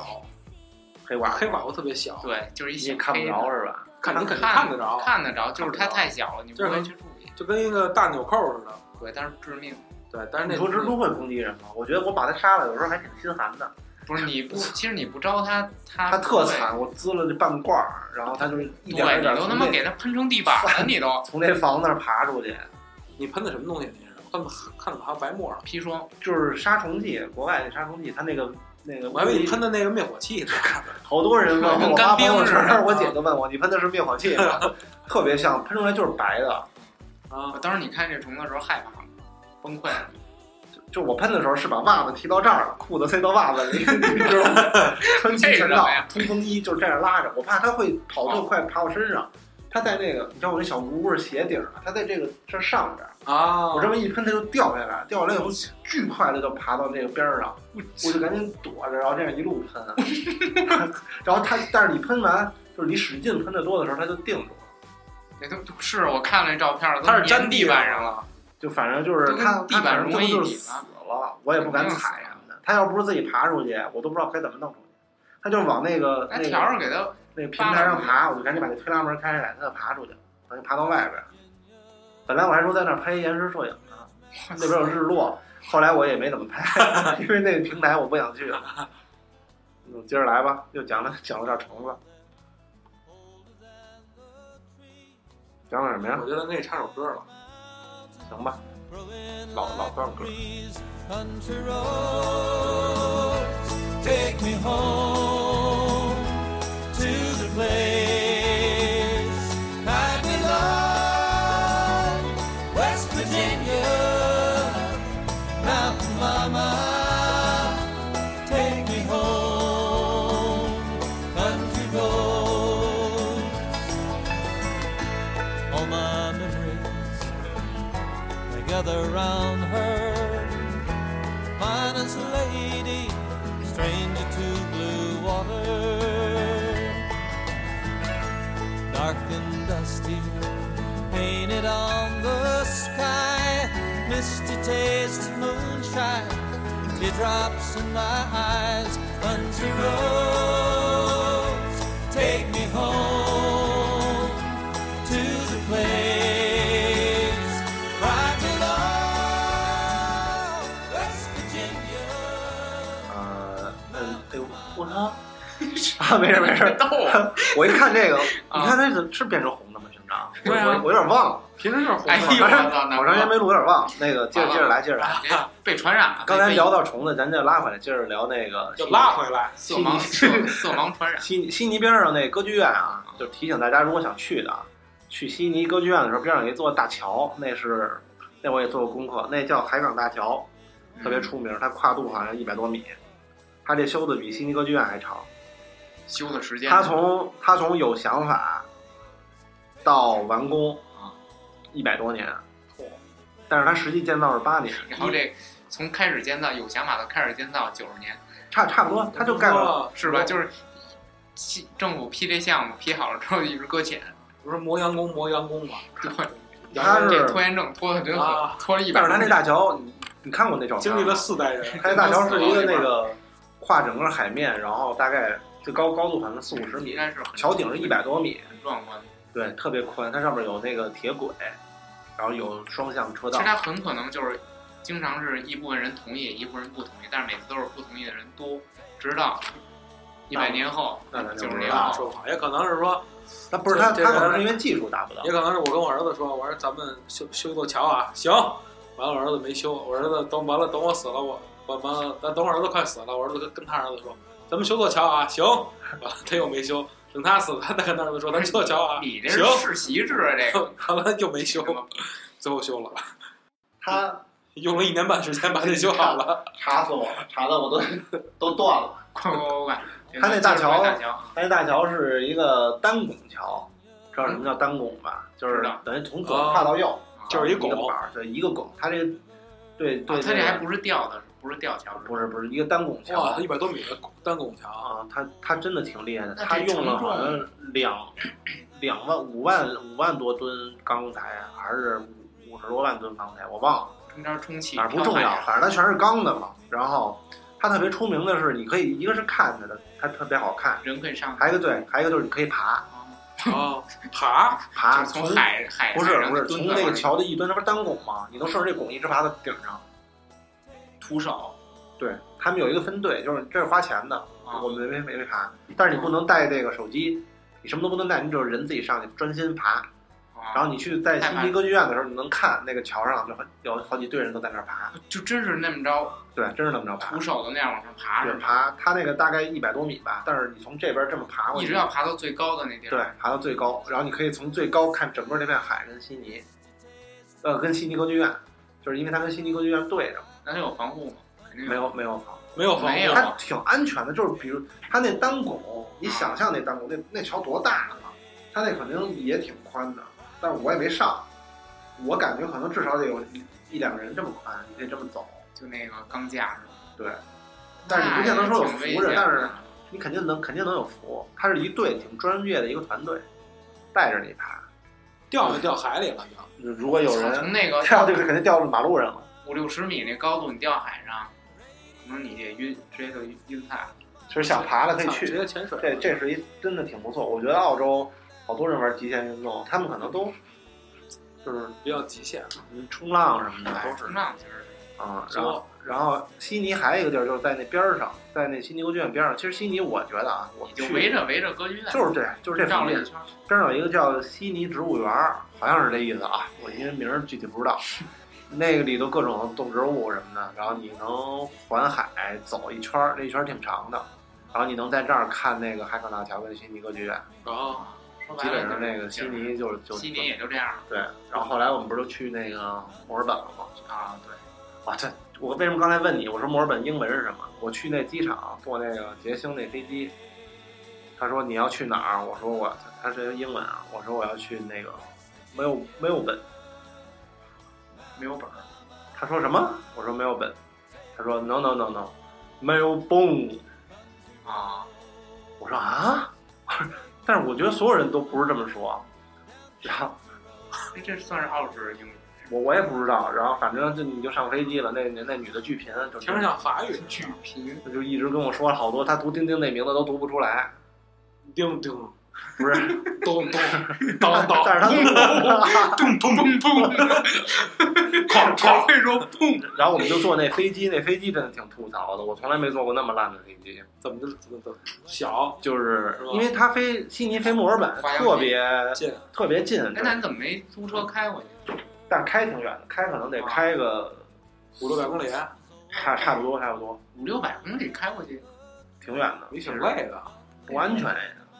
S2: 黑寡
S3: 黑
S2: 寡，
S3: 寡妇特别小，
S4: 对，就是一
S2: 你
S4: 小
S2: 也看不
S4: 黑
S2: 着
S4: 的，
S2: 是吧？
S3: 看你肯定
S4: 看
S3: 看得着，
S4: 看得着，就是它太小了，你不
S3: 就是
S4: 会去注意，
S3: 就跟一个大纽扣似的。
S4: 对，但是致命。
S3: 对，但是
S2: 你
S3: 那
S2: 说蜘蛛会攻击人吗？我觉得我把它杀了，有时候还挺心寒的。
S4: 不是你 不，其实你不招它，
S3: 啊
S4: 它
S2: 它特
S4: 不会
S2: 惨，我滋了这半罐儿，然后它就一点
S4: 对，
S2: 一
S4: 你
S2: 点
S4: 都他
S2: 从
S4: 妈
S2: 那
S4: 给它喷成地板 了，你都
S2: 从那房那儿爬出去，
S3: 你喷的什么东西？你是我看怎看怎么还有白沫儿？
S4: 砒霜，
S2: 就是杀虫剂，国外那杀虫剂，它那个那个，
S3: 我还以为你喷的那个灭火器呢。
S2: 好多人 问
S4: 跟
S2: 我
S4: 干
S2: 发
S4: 冰
S2: 朋友
S4: 似
S2: 圈
S4: 的
S2: 儿，我姐就问我，你喷的是灭火器吗？特别像，喷出来就是白的。
S3: 啊，
S4: 当时你看这虫子的时候害怕吗？崩溃了，
S2: 就我喷的时候是把袜子提到这儿了，裤子塞到袜子里， 你知道吗？穿齐全套
S4: 为什么呀，哦
S2: 冲锋衣就是这样拉着，我怕它会跑特快爬我身上。它在那个，你知道我那小木屋是鞋顶儿啊，它在这个这上边儿，
S4: 哦
S3: 啊
S2: 我这么一喷它就掉下来，掉下来以后巨快的就爬到这个边儿上，我就赶紧躲着，然后这样一路喷。 然后它，但是你喷完，就是你使劲喷的多的时候，它就定住了。
S4: 那都是我看了那照片了，都
S3: 它是
S4: 粘
S3: 粘
S4: 地板上了，
S3: 了，
S2: 就反正就是
S4: 就跟
S2: 它，
S4: 地
S2: 它
S4: 板
S2: 反
S4: 融
S2: 正
S4: 为
S2: 最
S4: 一
S2: 后就
S4: 体
S2: 死
S4: 了
S2: 了，我也不敢踩什么的。它要不是自己爬出去，我都不知道该怎么弄出去。它就往那个
S4: 那
S2: 那
S4: 哎条
S2: 个
S4: 儿给它
S2: 那个平台上爬，我就赶紧把那推拉门开开，它就爬出去了，它就爬到外边儿。本来我还说在那儿拍延时摄影呢，那边有日落，后来我也没怎么拍， 因为那个平台我不想去了。嗯，接着来吧，又讲了讲了点虫子，讲了什么呀
S3: 我？觉得可以唱首歌了。
S2: 行吧，老老段歌。
S5: breeze, country roads. Take me home to the place I belong, West Virginia, Mountain Mama. Take me home, country roads. All my memories they gather round her. Finest lady, stranger to blue water. Dark and dusty, painted on the sky. Misty taste of moonshine, teardrops in my eyes. Country roads, take me home to the place I belong, West Virginia.
S2: 呃，嗯，哎呦，我操！啊，没事没事，
S4: 逗 我。
S2: 我一看这个，
S4: 啊
S2: 你看它是是变成红的吗？平常，
S3: 对啊
S2: 我我有点忘了，
S3: 平时就是红
S4: 哎
S3: 色
S4: 呦，
S3: 的，
S4: 操！
S2: 我上前没录，有点忘了。那个，接着接
S4: 完了
S2: 着来，接着来。
S4: 啊别被传染了。
S2: 刚才
S4: 被
S2: 聊到虫子，咱就拉回来，接着聊那个
S3: 就拉回来。
S4: 色 盲，色色盲传染。
S2: 悉尼悉尼边上那歌剧院啊，就提醒大家，如果想去的，啊，去悉尼歌剧院的时候，边上有一座大桥，那是那我也做过功课，那叫海港大桥，特别出名，它跨度好像一百多米，它这修的比悉尼歌剧院还长。
S4: 修的时间，
S2: 他从他从有想法到完工
S4: 啊，
S2: 一百多年，但是他实际建造是八年。
S4: 然后这从开始建造有想法到开始建造九十年，
S2: 差差不多，他就盖了。
S4: 是吧？就是批政府批这项目批好了之后一直搁 浅，
S3: 不是磨洋工磨洋工嘛，
S4: 对，
S2: 他是
S4: 这拖延症拖的真
S3: 啊
S4: 狠，拖了一百
S2: 但
S4: 多
S2: 是他那
S4: 年。
S2: 大桥，你你看过那照片
S3: 经
S2: 吗？
S3: 历了四代人，
S2: 它那大桥是一个那个跨整个海面，然后大概最高高度好像四五十
S4: 应
S2: 米，
S4: 该是很
S2: 桥顶是一百多米，
S4: 很壮观的，
S2: 对，特别宽。它上面有那个铁轨，然后有双向车
S4: 其
S2: 道
S4: 实。他很可能就是经常是一部分人同意，一部分人不同意，但是每次都是不同意的人多，直到一百年后
S2: 那咱就
S4: 九
S2: 不知
S4: 十年
S2: 道
S4: 后
S2: 了。
S3: 说不好，也可能是说，
S2: 那不是他，
S3: 这这
S2: 他
S3: 个
S2: 可能是因为技术达不到
S3: 也。可能是我跟我儿子说，我说咱们修修座桥啊，行。完了，我儿子没修，我儿子等完了，等我死了，我我完了，等我儿子快死了，我儿子跟跟他儿子说，咱们修座桥啊，行。完了，他又没修，等他死了，他再跟他儿子说，咱们修座桥 啊，
S4: 你这是
S3: 行。
S4: 世袭制 啊，这个
S3: 完了又没修，最后修了，
S6: 他
S3: 用了一年半时间把这修好了。
S6: 查死我了，查的我都都断了。
S4: 快快快快！
S2: 他那大桥
S4: 大桥
S2: 它那大桥是一个单拱桥，知道什么叫单拱吧？就是
S4: 知道
S2: 等于从左
S3: 哦
S2: 跨到右，啊
S3: 就是一
S2: 一个
S3: 拱
S2: 板儿，对，一个拱。它这个对
S4: 啊
S2: 对，
S4: 他这
S2: 那
S4: 还
S2: 个
S4: 不是吊的，不是吊桥，
S2: 不是不是一个单拱桥
S3: 哇，一百多米的单拱桥，
S2: 啊，他他真的挺厉害的，
S4: 那这
S2: 他用了
S4: 承重
S2: 好像两两万五万五万多吨钢材，还是五五十多万吨钢材，我忘了，
S4: 中间充气，
S2: 哪儿不重要，反正它全是钢的嘛。然后它特别出名的是，你可以一个是看它的，它特别好看，
S4: 人可以上去，啊
S2: 还有一个对，还有一个就是你可以爬
S3: 哦，爬，
S2: 爬
S4: 就是从海海
S2: 啊不是
S4: 上
S2: 不是
S4: 蹲
S2: 从
S4: 着
S2: 那个
S4: 往上
S2: 桥的一端，它不是单拱吗？你能顺着这拱一直爬到顶上。
S4: 徒手
S2: 对他们有一个分队，就是这是花钱的，
S4: 啊
S2: 我，们没没没爬，但是你不能带这个手机，你什么都不能带，你只有人自己上去专心爬。然
S4: 然
S2: 后你去在
S4: 啊太
S2: 新
S4: 慢
S2: 迪歌剧院的时候，你能看那个桥上就很有好几队人都在那儿爬，
S4: 啊就真是那么着
S2: 对，真是那么着爬
S4: 徒，手的那样往上爬
S2: 对
S4: 是，吧？
S2: 爬它那个大概一百多米吧，但是你从这边这么爬过
S4: 一
S2: 去
S4: 直，要爬到最高的那地
S2: 对
S4: 儿，，
S2: 爬到最高，然后你可以从最高看整个这片海跟悉尼，呃，跟悉尼歌剧院，就是因为它跟悉尼歌剧院对着，
S4: 那它有防护吗？肯定
S2: 没有没有房，
S3: 没有防
S4: 没有
S3: 护，
S2: 它挺安全的，就是比如它那单拱，你想象那单拱，那那桥多大啊？它那肯定也挺宽的，但是我也没上，我感觉可能至少得有一一两个人这么宽，你可以这么走。
S4: 就那个钢架是吧？
S2: 对，但是你不见得说有扶着
S4: 那也挺危险的
S2: 但是你肯定能肯定能有福。他是一队挺专业的一个团队，带着你爬。
S3: 掉就掉海里了，就
S2: 如果有
S4: 从
S2: 人
S4: 那个
S2: 跳，就是肯定掉到马路上了。
S4: 五六十米那高度，你掉海上，可能你也晕，直接就晕菜了。
S2: 就是想爬了可以
S3: 直
S2: 去。
S3: 接潜水了。
S2: 这这是一真的挺不错，我觉得澳洲好多人玩极限运动，他们可能都就是
S3: 比较极限，
S2: 嗯冲浪什么的都是
S4: 冲哎浪其实
S2: 啊、然后
S3: 作
S2: 然后悉尼还有一个地儿就是在那边儿上，在那悉尼歌剧院边儿上。其实悉尼我觉得啊，我
S4: 你就
S2: 去
S4: 围着围着歌剧院
S2: 就是这就是这
S4: 绕
S2: 方
S4: 了
S2: 面
S4: 一，圈儿，
S2: 边上有一个叫悉尼植物园儿，好像是这意思啊，我因为名儿具体不知道。那个里头各种动植物什么的，然后你能环海走一圈儿，那一圈儿挺长的。然后你能在这儿看那个海港大桥跟悉尼歌剧院，
S3: 然后
S4: 啊说白
S2: 哦基
S4: 了
S2: 本
S4: 就
S2: 上
S4: 是
S2: 那个悉尼就是就
S4: 悉尼也就这样
S2: 对。然后后来我们不是都去那个墨尔本了吗？
S4: 啊，对，
S2: 啊，对，我为什么刚才问你？我说墨尔本英文是什么？我去那机场坐那个捷星那飞机，他说你要去哪儿？我说我，他是英文啊，我说我要去那个没有没有本，
S4: 没有本儿，
S2: 他说什么？我说没有本，他说 no no no no，没有 bone。
S4: 啊，
S2: 我说啊， 但是我觉得所有人都不是这么说，然后
S4: 这哎这算是澳式英语，
S2: 我我也不知道，然后反正就你就上飞机了，那那那女的巨贫，就
S3: 听着像法语，
S4: 巨贫，
S2: 就一直跟我说了好多，她读丁丁那名字都读不出来，
S3: 叮叮
S2: 不是。
S3: 咚咚当当，
S2: 但是他，
S4: 砰砰砰砰，
S3: 哐
S4: 只
S3: 哐，
S4: 会说砰，
S2: 然后我们就坐那飞机，那飞机真的挺吐槽的，我从来没坐过那么烂的飞机，
S3: 怎么就怎么怎么小
S2: 就是
S3: 是吧
S2: 因为它飞悉尼飞墨尔本
S4: 花样
S2: 特别
S3: 近，
S2: 特别近，
S4: 哎，那你怎么没租车开回去？
S2: 但是开挺远的，开可能得开个
S3: 五六百公里，啊
S2: 差差不多差不多，
S4: 五六百公里开过去，
S2: 挺远的，
S3: 也挺累的，
S2: 不安全呀。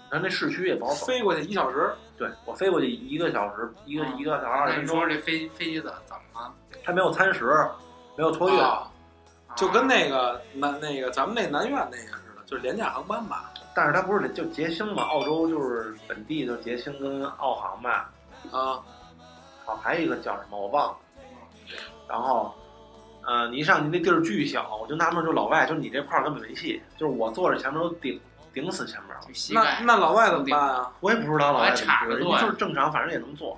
S2: 然后那市区也不好走，
S3: 飞过去一小时，
S2: 对我飞过去一个小时，一个
S4: 嗯
S2: 一个小时二
S4: 那
S2: 十分
S4: 你说
S2: 钟，
S4: 这飞飞机怎怎么了？
S2: 它没有餐食，没有托运，
S3: 啊
S4: 啊
S3: 就跟那个南那个咱们那南苑那个似的，就是廉价航班吧，
S2: 但是它不是就捷星嘛，澳洲就是本地就捷星跟澳航吧，哦
S3: 啊，
S2: 好，还有一个叫什么我忘了。然后，嗯、呃，你一上去那地儿巨小，我就纳闷，就老外，就你这块儿根本没戏，就是我坐着前面都顶顶死前面了，
S4: 就膝
S3: 那
S4: 盖。
S3: 那老外怎么办啊？
S2: 我也不知道老外怎么
S4: 还岔着
S2: 觉得
S4: 坐呀
S2: 就是正常，反正也能坐，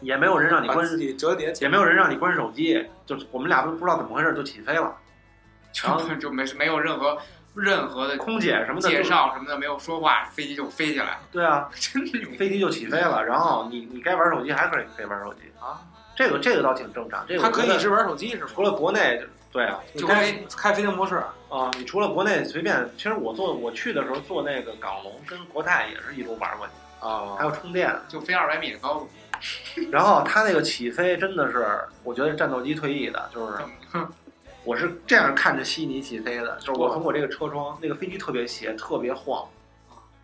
S2: 也没有人让你
S3: 把
S2: 关，
S3: 自己折叠起
S2: 也
S3: 来，
S2: 没有人让你关手机，就是我们俩都不知道怎么回事就起飞了，
S4: 就就没没有任何任何的
S2: 空姐什么的
S4: 介
S2: 就，
S4: 绍什么的，没有说话，飞机就飞起来了，
S2: 对啊，
S4: 真牛
S2: 飞机就起飞了，然后你你该玩手机还可以可以玩手机
S3: 啊，
S2: 这个这个倒挺正常，这个
S3: 他
S2: 我觉
S3: 可以
S2: 得
S3: 是玩手机是吗？
S2: 除了国内就对啊，
S3: 你
S4: 就
S3: 开
S4: 跟
S3: 开飞行模式，
S2: 啊，你除了国内随便，其实我坐我去的时候坐那个港龙跟国泰也是一路玩过去，
S3: 哦
S2: 还有充电。
S4: 就飞二百米的高度，
S2: 然后它那个起飞真的是，我觉得战斗机退役的，就是
S4: 这么
S2: 我是这样看着悉尼起飞的，就是我从我这个车窗，那个飞机特别斜，特别晃，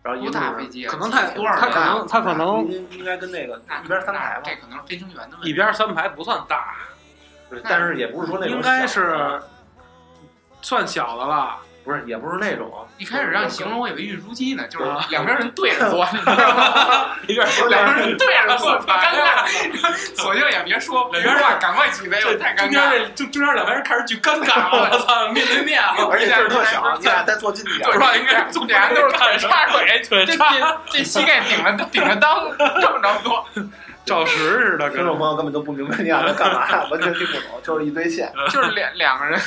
S2: 然后一
S4: 多
S2: 路
S4: 大飞机啊？
S3: 可能太
S4: 多少人
S3: 他
S4: 啊？
S3: 可能他可能
S2: 应应该跟那个
S4: 那
S2: 一边三排吧
S4: 这，可能是飞行员的问
S3: 一
S4: 题。
S3: 边三排不算大，
S2: 对但是也不是说那种
S3: 应该
S2: 小的
S3: 是算小的了。
S2: 不是也不是那种
S4: 一开始让你
S2: 你
S4: 形容，我以为运输机呢，就是
S3: 啊
S4: 两边人对着坐，你知 道吗？
S3: 一边
S4: 两 边人对着坐，多尴尬。索性也别说，别
S3: 两边人
S4: 话，赶快起飞，我太尴尬了。
S3: 中中间两边人开始巨尴尬，我操，面对面啊
S2: 而且劲儿特
S4: 不
S2: 小，
S4: 是
S2: 你俩再坐近一点
S4: 对，
S3: 不知道应该
S4: 这俩人都是腿插腿，
S3: 腿
S4: 这
S3: 插
S4: 这这膝盖顶着顶着裆，这么着坐，
S3: 照实似的，
S2: 听
S3: 跟
S2: 众朋友根本就不明白你俩在干嘛，完全听不懂，就是一堆线。
S4: 就是两两个人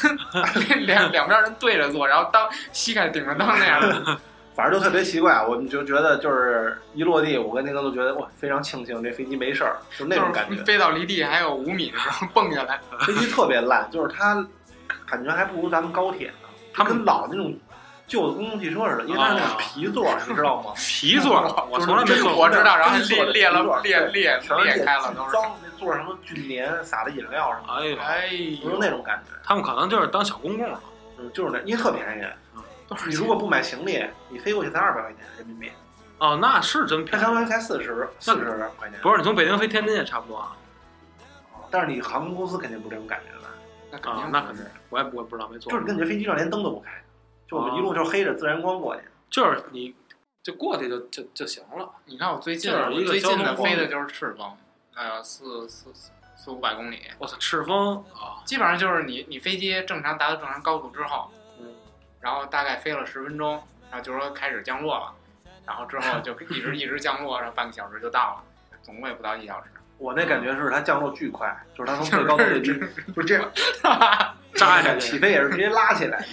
S4: 两两边人对着坐，然后当膝盖顶着裆那样的。
S2: 反正就特别奇怪，我们就觉得就是一落地，我跟宁哥都觉得哇，非常庆幸这飞机没事儿，就那种感
S4: 就是
S2: 觉。
S4: 飞到离地还有五米的时候蹦下来，
S2: 飞机特别烂，就是它感觉还不如咱们高铁呢。它跟老那种旧的公共汽车似的，因为它是那
S4: 啊
S2: 种皮座，你知 道吗？
S3: 皮座，我从来没坐过
S4: 我知道，然后
S2: 真
S4: 裂
S2: 坐着
S4: 裂
S2: 真坐
S4: 了
S2: 着
S4: 裂
S2: 对
S4: 裂
S2: 全是
S4: 裂开了都是。
S2: 脏，那座上什么菌粘，撒的饮料什么
S3: 哎呦，
S4: 哎
S2: 的，就
S4: 呦
S2: 是，那种感觉。
S3: 他们可能就是当小公共了。
S2: 嗯，就是那，因为特便宜。嗯你如果不买行李，你飞过去才二百块钱人民币，
S3: 哦，那是真
S2: 它
S3: 便
S2: 相
S3: 宜。
S2: 当于才四十四十块钱。
S3: 不是，你从北京飞天津也差不多啊。
S2: 但是你航空公司肯定不是这种感觉吧？
S4: 那肯
S3: 啊
S4: 定，
S3: 那
S4: 不
S3: 肯
S4: 是
S3: 定，我也不我也不知道没坐
S2: 就
S3: 过
S2: 是。你感觉飞机上连灯都不开，就我们一路就是黑着自然光过去。
S3: 就是你就过去就就就行了。
S4: 你看我最近
S3: 就是
S4: 我
S3: 一个
S4: 最
S3: 交
S4: 近
S3: 通
S4: 的
S3: 工
S4: 飞
S3: 具
S4: 的就是赤峰，呃，四四四四五百公里，
S3: 我操，赤峰啊，
S4: 基本上就是你你飞机正常达到正常高度之后，
S2: 嗯，
S4: 然后大概飞了十分钟，然后就说开始降落了，然后之后就一直一直降落，然后半个小时就到了，总共也不到一小时。
S2: 我那感觉是它降落巨快，就是它从最高的直就这样
S3: 扎下
S2: 起
S3: 去。
S2: 飞也是直接拉起来。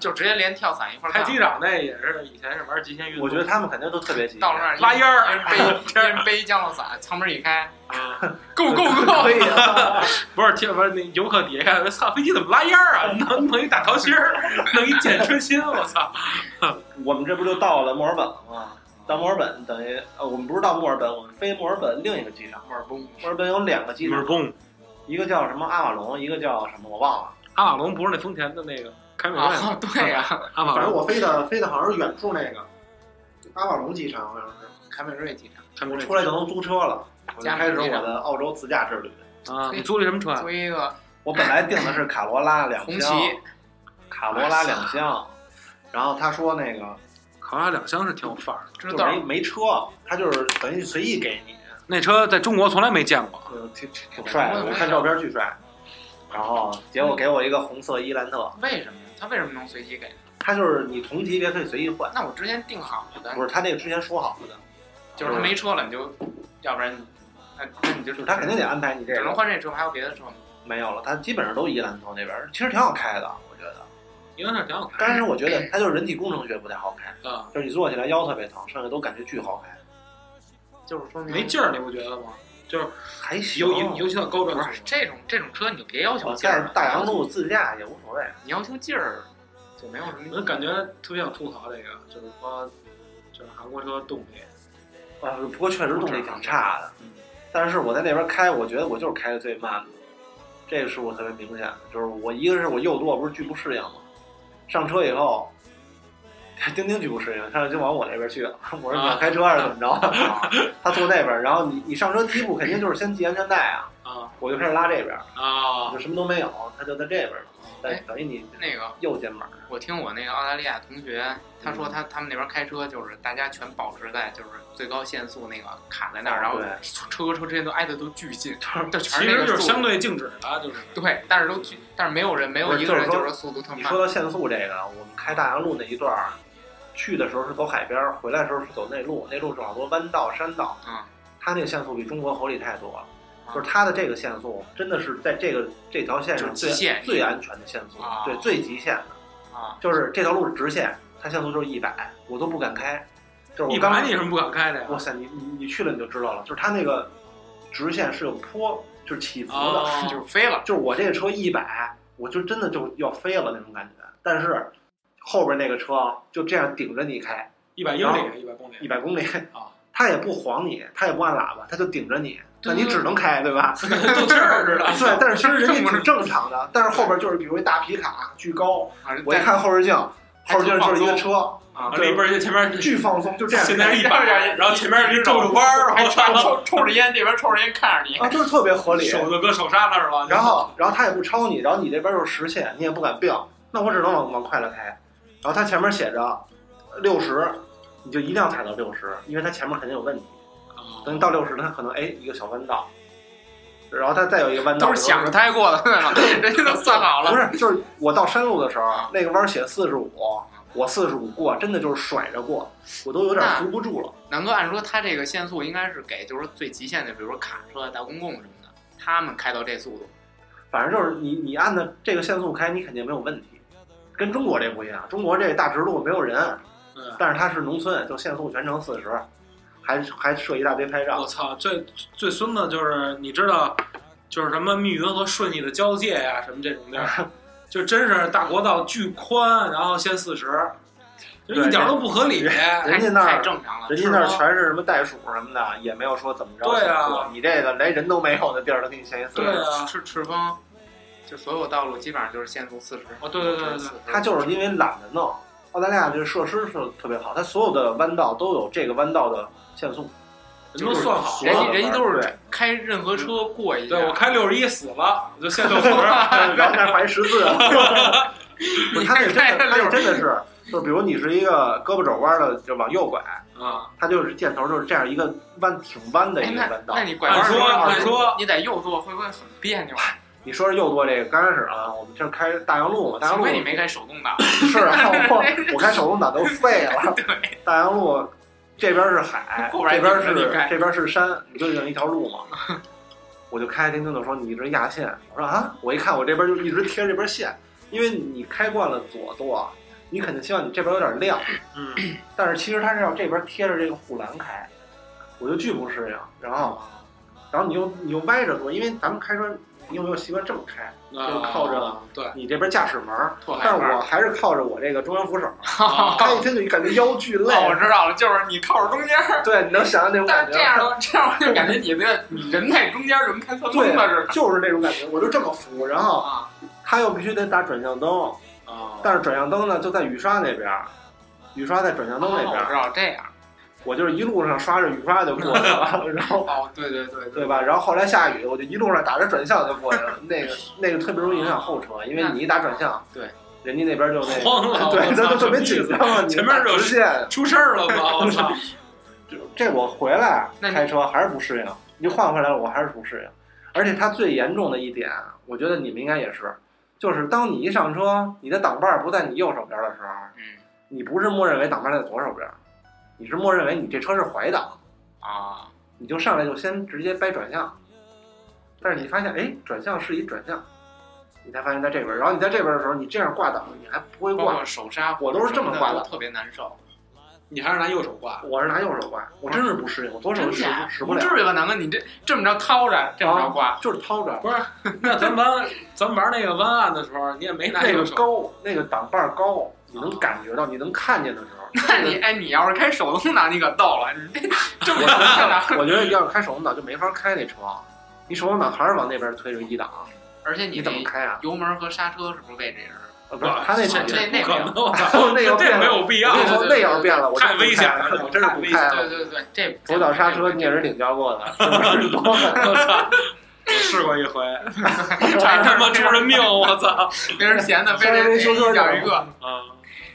S4: 就直接连跳伞一块儿
S3: 排
S4: 干。
S3: 机长那也是以前是玩极限运 动，
S2: 我觉得他们肯定都特别急。
S4: 到了那儿
S3: 拉烟
S4: 一人
S3: 儿。
S4: 背一人背一降落伞，舱门一开，Go
S3: 啊
S4: Go
S2: 可
S4: Go！
S2: 以啊，
S3: 不是，听不是那游客底下看，操，飞机怎么拉烟儿 啊？弄弄一大桃心儿，弄一箭穿心，我操！
S2: 我们这不就到了墨尔本了吗？到墨尔本等于呃，我们不是到墨尔本，我们飞墨尔本另一个机场。
S4: 门崩，
S2: 墨尔本有两个机场，
S3: 蹦，
S2: 一个叫什么阿瓦隆，一个叫什么我忘了。
S3: 阿瓦隆不是那丰田的那个凯美瑞吗，
S4: 啊，嗯对呀，
S3: 阿瓦
S2: 反正
S3: 隆
S2: 我飞的飞的好像是远处那个阿瓦隆机场，好像是
S4: 凯美瑞机场，
S3: 凯美
S2: 出
S3: 瑞
S2: 来就能租车了。我就
S4: 加
S2: 开始
S4: 美
S2: 我
S4: 机场
S2: 的澳洲自驾之旅。
S3: 啊，你租的什么车啊？
S4: 作为一个
S2: 我本来订的是卡罗拉两
S4: 红旗
S2: 厢，卡罗拉两厢，然后他说那个
S3: 考拉两厢是挺有范儿的，
S4: 知
S2: 就
S4: 道
S2: 没没车，他就是等于随意给你，
S3: 那车在中国从来没见过。
S2: 嗯，挺挺挺帅的，我看照片巨帅。然后结果给我一个红色伊兰特，
S4: 为什么呀？他为什么能随机给？
S2: 他就是你同级别可以随意换，
S4: 那我之前定好了的
S2: 不，是他那个之前说好了的，
S4: 就是他没车了，你就，要不然你，那那你就
S2: 就是他肯定得安排你这
S4: 只能
S2: 个，
S4: 换这车，还有别的车吗？
S2: 没有了，他基本上都伊兰特那边，其实挺好开的，我觉得。
S3: 应该是挺好看
S2: 但是我觉得他就是人体工程学不太好开，
S3: 啊，
S2: 就是你坐起来腰特别疼，剩下都感觉巨好开，
S4: 就是说明
S3: 没劲儿，你不觉得吗？
S2: 还行。
S3: 尤尤尤其到高端
S4: 不
S3: 的
S4: 是
S3: 时候，
S4: 这种这种车你就别要求
S2: 我
S4: 劲
S2: 在
S4: 儿了，
S2: 大洋路自驾也无所谓。
S4: 你要求劲儿就没有什么意义。
S3: 我感觉特别想吐槽这个，就是说，就是韩国车动力，
S2: 啊，不过确实动力挺差的。但是我在那边开，我觉得我就是开的最慢的，这个是我特别明显的。就是我一个是我右舵不是巨不适应吗？上车以后，丁丁巨不适应，上来就往我那边去了。 我说你要开车还是怎么着？
S4: 啊，
S2: 他坐那边，然后你你上车第一步肯定就是先系安全带啊。
S3: 啊
S2: 我就开始拉这边，
S3: 啊
S2: 我就什么都没有，他就在这边了。但等于你
S4: 那个
S2: 右肩膀，
S4: 我听我那个澳大利亚同学，他
S2: 嗯
S4: 说他他们那边开车就是大家全保持在就是最高限速那个卡在那儿，然后
S2: 对
S4: 车和车之间都挨得都巨 近，就全
S3: 其
S4: 是那
S3: 实
S4: 个
S3: 就是
S4: 速
S3: 相
S4: 度
S3: 对静止的，就是
S4: 对，但是都巨，但是没有人没有
S2: 不是
S4: 一个人
S2: 就是
S4: 就
S2: 说
S4: 是速度特
S2: 你
S4: 慢
S2: 说，到限速这个，我们开大洋路那一段儿，去的时候是走海边儿，回来的时候是走内陆，内陆是好多弯道、山道，
S4: 嗯，
S2: 它那个限速比中国合理太多了。
S3: 嗯
S4: 啊
S2: 就是它的这个限速，真的是在这个这条线上
S4: 就是
S2: 最
S4: 极限
S2: 最安全的限速，
S4: 啊
S2: 对最极限的，
S4: 啊，
S2: 就是这条路是直线，它限速就是一百，我都不敢开。就是
S3: 一
S2: 我刚
S3: 百你有什么不敢开啊的呀？
S2: 哇塞，你你你去了你就知道了，就是它那个直线是有坡，就是起伏的，
S3: 哦
S4: 就是飞了，
S2: 就是我这个车一百，我就真的就要飞了那种感觉。但是后边那个车就这样顶着你开
S3: 一百英里，一百公里，
S2: 一百公里
S3: 啊，
S2: 他也不晃你，他也不按喇叭，他就顶着你，那你只能开，对吧？
S3: 斗气儿似的。
S2: 对，但是其实人
S4: 这
S2: 家
S4: 么
S2: 挺正常的。但是后边就是比如一大皮卡巨高，
S4: 啊
S2: 我一看后视镜，
S4: 还
S2: 后视镜就是一个
S4: 挺放
S2: 车，
S4: 啊，
S3: 里边儿前面
S2: 巨放松，就这样
S3: 现在是一百，然后前面一转着弯儿，然
S4: 还
S3: 后
S4: 抽
S3: 刹车，
S4: 抽抽着烟，这边抽着烟看着你，
S2: 啊，就是特别合理。
S3: 手就搁手刹那儿了。
S2: 然后然后他也不超你，然后你这边又是实线，你也不敢并，那我只能往往快了开。然后他前面写着六十，你就一定要踩到六十，因为他前面肯定有问题。等你到六十，他可能哎一个小弯道，然后他再有一个弯道，
S4: 都是想着开 过的，对吧？人家都算好
S2: 不
S4: 了，
S2: 是就是我到山路的时候
S4: 啊，
S2: 那个弯写四十五，我四十五过，真的就是甩着过，我都有点
S4: 那
S2: 扶不住了。
S4: 南哥，按说他这个限速应该是给就是最极限的，比如说卡车、大公共什么的，他们开到这速度，
S2: 反正就是你你按的这个限速开，你肯定没有问题。跟中国这不一样，中国这大直路没有人，
S3: 嗯，
S2: 但是它是农村，就限速全程四十，还还设一大堆拍
S3: 我
S2: 照。
S3: 操，最最孙子就是你知道，就是什么密云和顺义的交界呀，什么这种地儿，就真是大国道巨宽，然后限四十，就一点都不合理。
S2: 人家那
S4: 太
S2: 儿
S4: 太正常了。
S2: 人家那儿
S3: 是吗
S2: 全是什么袋鼠什么的，也没有说怎么着。
S3: 对啊，
S2: 你这个连人都没有的地儿都给你限一四
S3: 对
S2: 十。
S3: 啊，
S4: 赤赤峰，就所有道路基本上就是限速四十。
S3: 哦对对对对
S4: 40
S2: 他就是因为懒得弄。澳大利亚这设施是特别好，它所有的弯道都有这个弯道的限速。
S3: 人都算好
S4: 人
S2: 所有的
S4: 家
S3: 了。
S4: 人家都
S2: 对
S4: 是开任何车过一下，
S3: 对我开六十一死了，我就限六十。
S2: 然后那还十 字，啊不是他 那真的，他那真的是，就比如你是一个胳膊肘弯的，就往右拐，
S3: 啊，
S2: 它就是箭头就是这样一个弯，挺弯的
S4: 哎
S2: 一个
S4: 那
S2: 弯道。
S4: 那你拐弯
S3: 按
S4: 儿的时
S3: 说
S4: 候
S3: 按说
S4: 你在右座会不会很别扭？啊
S2: 你说是右舵这个，刚开始啊，我们这开大洋路嘛，大洋
S4: 幸
S2: 路
S4: 亏你没开手动挡，
S2: 是啊， 我我开手动挡都废了。大洋路这边是海，
S4: 后
S2: 这
S4: 边
S2: 边
S4: 你自己
S2: 是
S4: 开
S2: 这边是山，你就剩一条路嘛。我就开听听的说你这压线，我说啊，我一看我这边就一直贴着这边线，因为你开惯了左舵，你肯定希望你这边有点亮，
S3: 嗯，
S2: 但是其实它是要这边贴着这个护栏开，我就巨不适应。然后，然后你又你又歪着坐，因为咱们开车，你有没有习惯这么开？
S3: 啊
S2: 靠着
S3: 对，
S2: 你这边驾驶门儿，
S4: 拓海
S2: 但
S4: 弯
S2: 我
S4: 儿。
S2: 还是靠着我这个中央扶手，
S4: 哦
S3: 啊
S2: 开一天就感觉腰巨累。
S4: 哦，我知道了，就是你靠着中间儿，
S2: 对，你能想象那种
S4: 但
S2: 感
S4: 是
S2: 觉
S4: 这？样的这样我就感觉你这你人在中间儿，人开三蹦子似的
S2: 就是那种感觉，我就这么扶，然后
S4: 啊！
S2: 他又必须得打转向灯，
S4: 哦
S3: 啊，
S2: 但是转向灯呢就在雨刷那边儿，雨刷在转向灯
S4: 哦
S2: 那边
S4: 我
S2: 儿，
S4: 知道这样。
S2: 我就是一路上刷着雨刷就过去 了，然后
S4: 哦，对对对
S2: 对吧？然后后来下雨，我就一路上打着转向就过去了。那个那个特别容易影响后车，因为你一打转向，
S4: 对，
S2: 人家那边就那
S3: 慌
S2: 个，
S3: 了，
S2: 对，他
S3: 我操
S2: 就特别
S3: 什
S2: 紧
S3: 么意思
S2: 张啊了。你
S3: 前面
S2: 打
S3: 有
S2: 直线，
S3: 出事儿了吗？我操！
S2: 这我回来
S4: 那你
S2: 开车还是不适应，你就换回来了，我还是不适应。而且它最严重的一点，我觉得你们应该也是，就是当你一上车，你的挡把儿不在你右手边儿的时候，
S4: 嗯
S2: 你不是默认为挡把儿在左手边儿，你是默认为你这车是怀挡，
S4: 啊，
S2: 你就上来就先直接掰转向，但是你发现哎转向是一转向，你才发现在这边儿，然后你在这边儿的时候，你这样挂挡你还不会
S4: 包
S2: 挂
S4: 括，手刹，
S2: 我都是这么挂的
S4: 特别难受。
S3: 你还是拿右手挂，
S2: 我是拿右手挂，我真是不适应，我左手
S4: 真
S2: 使
S4: 假？
S2: 使不了，
S4: 至于吧，南哥，你这这么着掏着，这么着 挂，
S2: 就是掏着。
S3: 不是？那咱玩咱玩那个弯岸的时候，你也没拿
S2: 那
S3: 右
S2: 个
S3: 手，
S2: 高，那个挡把儿高，你
S3: 哦
S2: 能感觉到，你能看见的时候，
S4: 那你哎，你要是开手动挡，你可逗了，你这这么着上哪儿？
S2: 我觉得要是开手动挡就没法开那车，啊你手动挡还是往那边推着一档，
S4: 而且
S2: 你
S4: 你
S2: 怎么
S4: 这
S2: 开啊？
S4: 油门和刹车是不是位置也是？
S2: 呃不是，他那
S3: 这
S2: 那
S4: 这
S3: 这不可能，我操！
S2: 那要变
S3: 这没
S2: 了，
S3: 有必要
S2: 那，
S4: 对
S2: 要那
S4: 对对
S2: 要是变了，我真
S3: 太危险
S2: 不开
S3: 了
S2: 我真是不
S3: 太危险
S2: 开
S3: 了
S2: 了。
S4: 对对对，这
S2: 左脚刹车你也是领教过的，是不是？
S3: 我操！试过一回， 差点他妈出人命！我操！
S4: 别人闲的，非得
S2: 虽然
S4: 一
S2: 没说多少
S4: 脚一个，
S3: 啊，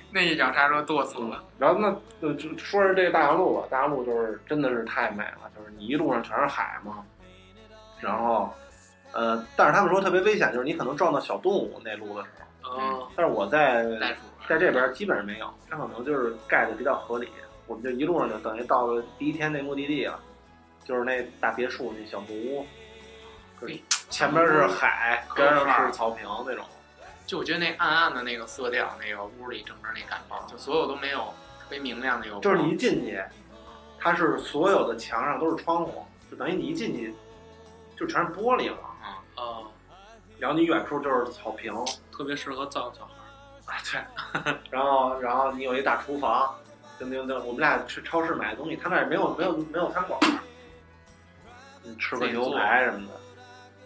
S4: 那一脚刹车剁死了。
S2: 然后那呃，就说是这个大洋路吧，大洋路就是真的是太美了，就是你一路上全是海嘛。然后，呃，但是他们说特别危险，就是你可能撞到小动物那路的时候。
S3: 嗯，
S2: 但是我在
S4: 袋鼠
S2: 在这边基本上没有，它可能就是盖的比较合理。我们就一路上就等于到了第一天那目的地了，就是那大别墅那小木屋，就是前边是海，边上是草坪那种。
S4: 就我觉得那暗暗的那个色调，那个屋里整个那感觉，就所有都没有特别明亮的有光。
S2: 就是你一进去，它是所有的墙上都是窗户，就等于你一进去就全是玻璃了。
S3: 哦，
S2: 然后你远处就是草坪，
S3: 特别适合造小孩儿。
S2: 然后然后你有一大厨房，就那那我们俩去超市买东西，他那儿也没有没有没有餐馆儿，你吃个牛排什么的。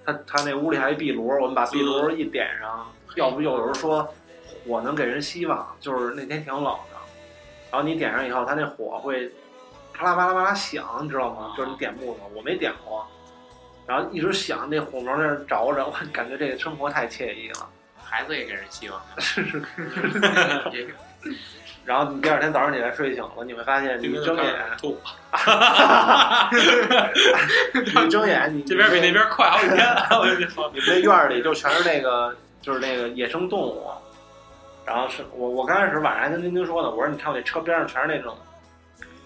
S2: 他他那屋里还有一壁炉，我们把壁炉一点上，要不有人说火能给人希望，就是那天挺冷的，然后你点上以后，它那火会啪啦啪啦啪啦响，你知道吗？就是你点木头，我没点过，然后一直响，那火苗在那儿着着，我 感觉这个生活太惬意了。
S4: 孩子也给人希望。也
S2: 然后你第二天早上起来睡醒了，你会发现你
S3: 这边
S2: 睁
S3: 就开
S2: 眼
S3: 始，吐，
S2: 你睁眼，你
S3: 这边比那边快好几 天。我跟你说，
S2: 你们那院儿里就全是那个，就是那个野生动物。然后是我我刚开始晚上还跟丁丁说呢，我说你看我这车边上全是那种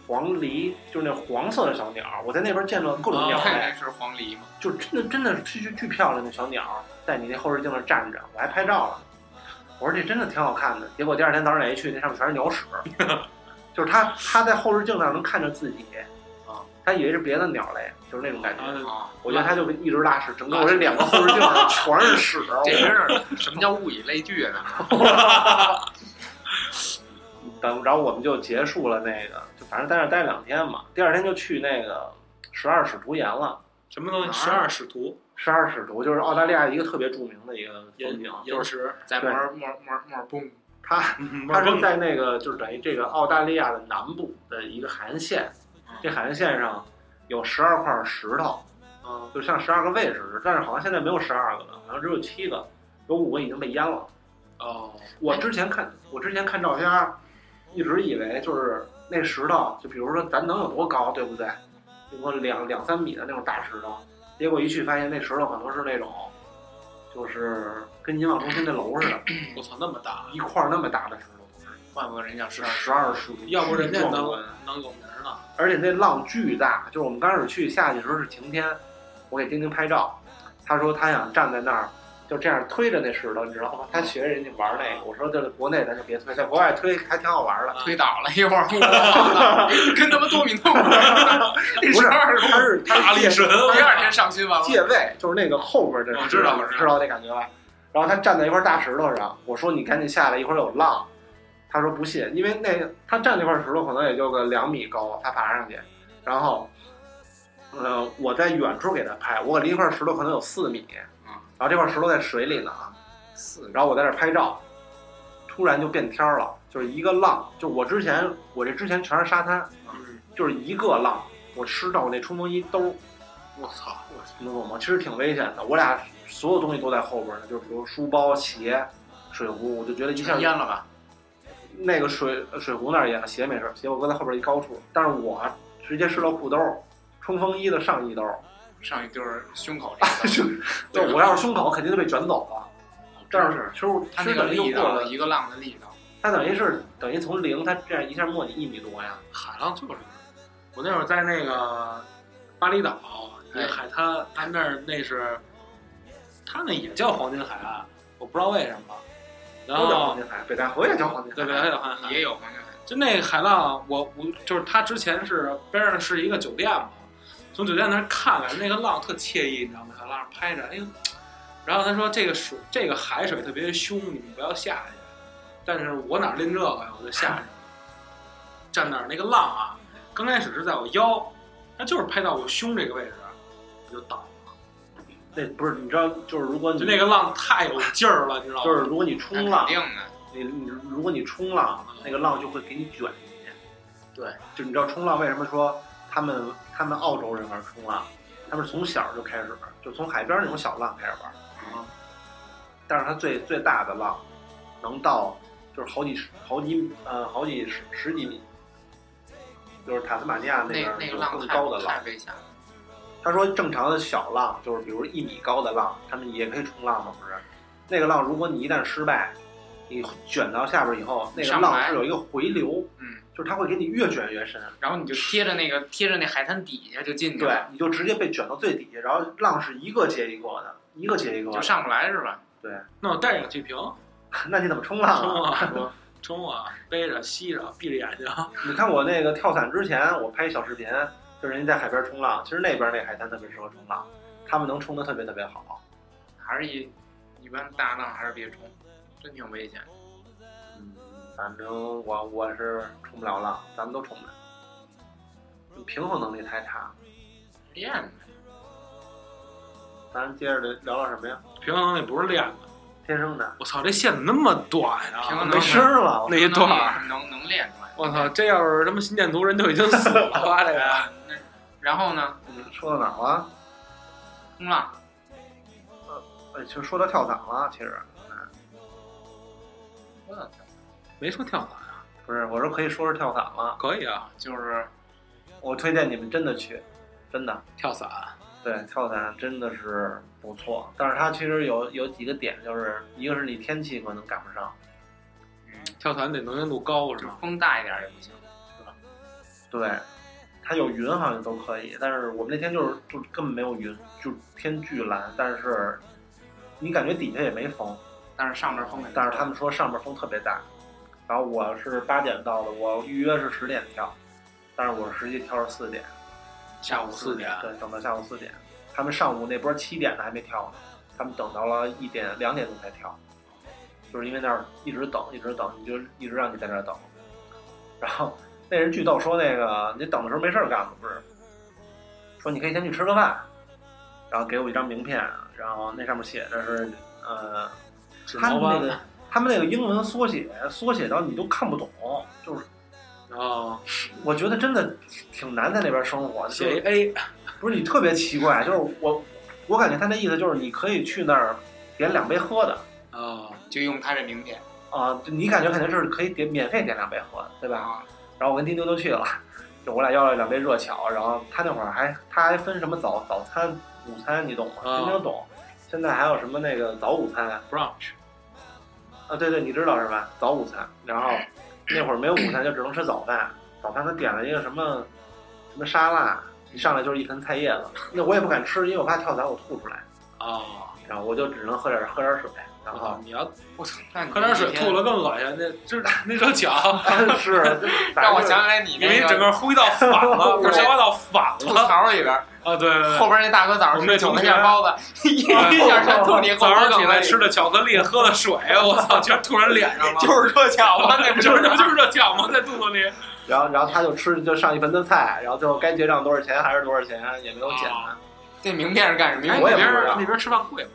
S2: 黄鹂，就是那黄色的小鸟。我在那边见到各种鸟
S3: 哦
S2: 类，
S4: 那是黄鹂吗？
S2: 就真的真的巨巨巨漂亮的小鸟，在你那后视镜那儿站着，我还拍照了。我说这真的挺好看的。结果第二天早上一去，那上面全是鸟屎，就是它它在后视镜那儿能看着自己，
S4: 啊，
S2: 它以为是别的鸟类，就是那种感觉。
S3: 然后
S4: 啊，
S2: 我觉得它就一直拉屎，整个我这两个后视镜上全是屎。
S4: 这是什么叫物以类聚啊呢？
S2: 等，然后我们就结束了那个，就反正在那儿待两天嘛。第二天就去那个十二使徒岩了。
S3: 什么东西？十二使徒
S2: 十二使徒就是澳大利亚一个特别著名的一个
S3: 岩
S2: 风景，就
S3: 岩
S2: 是
S3: 石，
S4: 在摩尔摩尔摩尔摩尔蹦
S2: 它它
S3: 他
S2: 是在那个就是等于这个澳大利亚的南部的一个海岸线，
S3: 嗯
S2: 这海岸线上有十二块石头，嗯，就像十二个卫士似的，但是好像现在没有十二个了，好像只有七个，有五个已经被淹了。
S3: 哦，
S2: 我之前看我之前看照片儿，一直以为就是那石头，就比如说咱能有多高，对不对？顶多两两三米的那种大石头，结果一去发现那石头可能是那种，就是跟银网中心那楼似的，
S3: 我操，那么大，
S2: 一块儿那么大的石头都是。
S4: 怪不得人叫十
S2: 是
S4: 二
S2: 十二树，
S3: 要不人家
S2: 撞
S3: 能
S2: 过来
S3: 能有名儿呢？
S2: 而且那浪巨大，就是我们刚开始去下去的时候是晴天，我给丁丁拍照，他说他想站在那儿，就这样推着那石头，你知道吗？他学人家玩那个，我说这国内咱就别推，在国外推还挺好玩的。
S4: 推倒了一 会儿，我操跟他妈多米诺 似
S2: 不
S4: 的。
S2: 是，
S4: 十二
S2: 他是
S3: 大
S2: 他
S3: 力
S2: 是
S3: 神，
S4: 第二天上新闻了，
S2: 借位，就是那个后边的石头，
S4: 我知道我知道
S2: 知道那感觉吧？然后他站在一块大石头上，我说你赶紧下来，一会儿有浪。他说不信，因为那个他站那块石头可能也就个两米高，他爬上去，然后，呃，我在远处给他拍，我离一块石头可能有四米，
S4: 嗯
S2: 然后这块石头在水里呢啊，
S4: 四个
S2: 然后我在这儿拍照，突然就变天儿了，就是一个浪，就我之前我这之前全是沙滩，
S3: 嗯
S2: 就是一个浪，我湿到我那冲锋衣兜儿
S3: 我操，
S2: 你懂吗？其实挺危险的。我俩所有东西都在后边呢，就比如书包、鞋、水壶，我就觉得一下
S4: 全淹了吧？
S2: 那个水呃水壶那儿也鞋没事儿，鞋我搁在后边一高处，但是我直接湿到裤兜儿、冲锋衣的上衣兜儿，
S4: 上去就是胸口这个，
S2: 就我要是胸口肯定就被卷走了。但是其实
S4: 他
S2: 其实
S4: 那个
S2: 等于
S4: 力
S2: 就过
S4: 道，
S2: 了，
S4: 一个浪的力道，
S2: 它等于是等于从零，它这样一下没你一米多呀。
S3: 海浪就是，我那会儿在那个巴厘岛一
S2: 哎
S3: 个海滩，他那儿那是，他那也叫黄金海岸，我不知道为什么。然
S2: 都叫黄
S3: 后
S2: 金海岸，北戴河也叫黄金
S3: 哦对
S2: 海岸。
S3: 对，还有黄金海岸，
S4: 也有黄金海
S3: 就那个海浪，我我就是他之前是边上是一个酒店嘛，从酒店那儿看来那个浪特惬意，你知道吗？海浪拍着，哎呦，然后他说这个水这个海水特别凶，你们不要下去。但是我哪拎这个呀，我就下去了。站那儿那个浪啊，刚开始是在我腰，它就是拍到我胸这个位置，啊我就倒了。
S2: 那不是你知道，就是如果你
S3: 就那个浪太有劲儿了，你知道吗？
S2: 就是如果你
S4: 岸，
S2: 冲
S4: 那
S2: 浪
S4: 肯，定的。
S2: 你你如果你冲浪，那个浪就会给你卷进去。
S4: 对，
S2: 就你知道冲浪为什么说他们他们澳洲人玩冲浪，他们是从小就开始，就从海边那种小浪开始玩。
S4: 嗯
S2: 但是它最最大的浪能到就是好几十、好几呃好几十十几米，就是塔斯马尼亚那
S4: 那
S2: 边
S4: 那个
S2: 有
S4: 浪
S2: 更
S4: 太
S2: 高的浪
S4: 太。危险了。
S2: 他说正常的小浪就是比如一米高的浪，他们也可以冲浪嘛，不是？那个浪如果你一旦失败，你卷到下边以后，那个
S4: 上不
S2: 浪
S4: 来
S2: 是有一个回流，
S4: 嗯，
S2: 就是它会给你越卷越深。
S4: 然后你就贴着那个贴着那海滩底下就进去
S2: 对
S4: 了，，
S2: 你就直接被卷到最底下，然后浪是一个接一个的，一个接一个
S4: 就
S2: 的。
S4: 上不来是吧？
S2: 对，
S3: 那我带氧气瓶，
S2: 啊那你怎么冲
S3: 冲
S2: 浪啊？
S3: 啊，冲啊，背着吸着，闭着眼睛，
S2: 你看我那个跳伞之前，我拍小视频，就是人家在海边冲浪，其实那边那海滩特别适合冲浪，他们能冲得特别特别好。
S4: 还是一一般大浪还是别冲，真挺危险。
S2: 嗯，反正我我是冲不了浪，咱们都冲不了，就平衡能力太差。
S4: 练呗，
S2: 咱接着聊聊什么呀？
S3: 平衡能力不是练的。
S2: 天生的，
S3: 我操，这线怎么那么短
S4: 平
S3: 啊！
S4: 衡
S2: 没
S3: 没
S4: 能力
S3: 事
S2: 声
S3: 儿，
S2: 儿了。
S3: 那一段儿，
S4: 能能练出来。
S3: 我操，这要是他妈心电图，人都已经死 了吧？这
S4: 对
S3: 个，
S4: 啊，那然后呢？
S2: 我们说到哪儿了？
S4: 冲浪，
S2: 呃，其实说到跳伞了。其实
S4: 我的天，
S3: 没说跳伞啊，
S2: 不是，我说可以说是跳伞了。
S3: 可以啊，
S4: 就是
S2: 我推荐你们真的去，真的。
S3: 跳伞。
S2: 对，跳伞真的是不错，但是它其实有有几个点，就是一个是你天气可能赶不上，
S3: 跳伞得能见度高是
S4: 就
S3: 吗？
S4: 风大一点也不行。
S2: 对，它有云好像都可以，但是我们那天就是就根本没有云，就天巨蓝，但是你感觉底下也没风，
S4: 但是上面风很大，
S2: 但是他们说上面风特别大，然后我是八点到的，我预约是十点跳，但是我实际跳是四点，
S3: 下午四点，
S2: 对，等到下午四点，他们上午那波七点的还没跳呢，他们等到了一点两点钟才跳，就是因为那儿一直等一直等，你就一直让你在那儿等，然后那人巨逗说那个你等的时候没事儿干吗？不是，说你可以先去吃个饭，然后给我一张名片，然后那上面写着是呃
S3: 只
S2: 他
S3: 能
S2: 们那
S3: 弯
S2: 个他们那个英文缩写缩写到你都看不懂，就是
S3: 哦，
S2: 我觉得真的挺难在那边生活，就是
S3: 写一 A，
S2: 不是你特别奇怪，就是我，我感觉他那意思就是你可以去那儿点两杯喝的
S3: 哦，
S4: 就用他这名片
S2: 啊，就你感觉肯定是可以点免费点两杯喝的，对吧？
S4: 啊，
S2: 然后我跟丁丁就去了， 就我俩要了两杯热巧，然后他那会儿还他还分什么早早餐、午餐，你懂吗？
S3: 啊
S2: 丁丁懂。现在还有什么那个早午餐啊？
S3: brunch，
S2: 对对，你知道是吧？早午餐，然后那会儿没有午餐，就只能吃早饭。早饭他点了一个什么什么沙拉，一上来就是一盆菜叶子，那我也不敢吃，因为我怕跳伞我吐出来。
S3: 哦，
S2: 然后我就只能喝点喝点水，然
S3: 我
S2: 后
S3: 操，你要
S4: 我操，那你
S3: 喝点水
S4: 一天
S3: 吐了，更恶心，那这 那热巧，
S2: 是
S4: 让我想起来你
S3: 你
S4: 那
S3: 整个呼吸道反 了，不是消化道反
S4: 吐
S3: 了
S4: 槽里边，
S3: 啊！对对
S4: 后
S3: 对，
S4: 边那大哥早
S3: 我
S4: 上
S3: 们那
S4: 吃
S3: 同
S4: 韭
S3: 学
S4: 菜馅包子，一下全吐你后
S3: 早
S4: 边
S3: 上起来吃的巧克力，喝的水，我操，全吐人脸 上了，
S4: 就是特巧嘛，那不
S3: 就是就是热巧吗？在肚子里，
S2: 然后然后他就吃就上一盆子菜，然后最后该结账多少钱还是多少钱，也没有减，
S3: 啊
S4: 这名片是干什么
S3: 哎
S4: 用
S2: 我也
S3: 那
S4: 的？
S2: 不知道
S3: 边那边吃饭贵吗？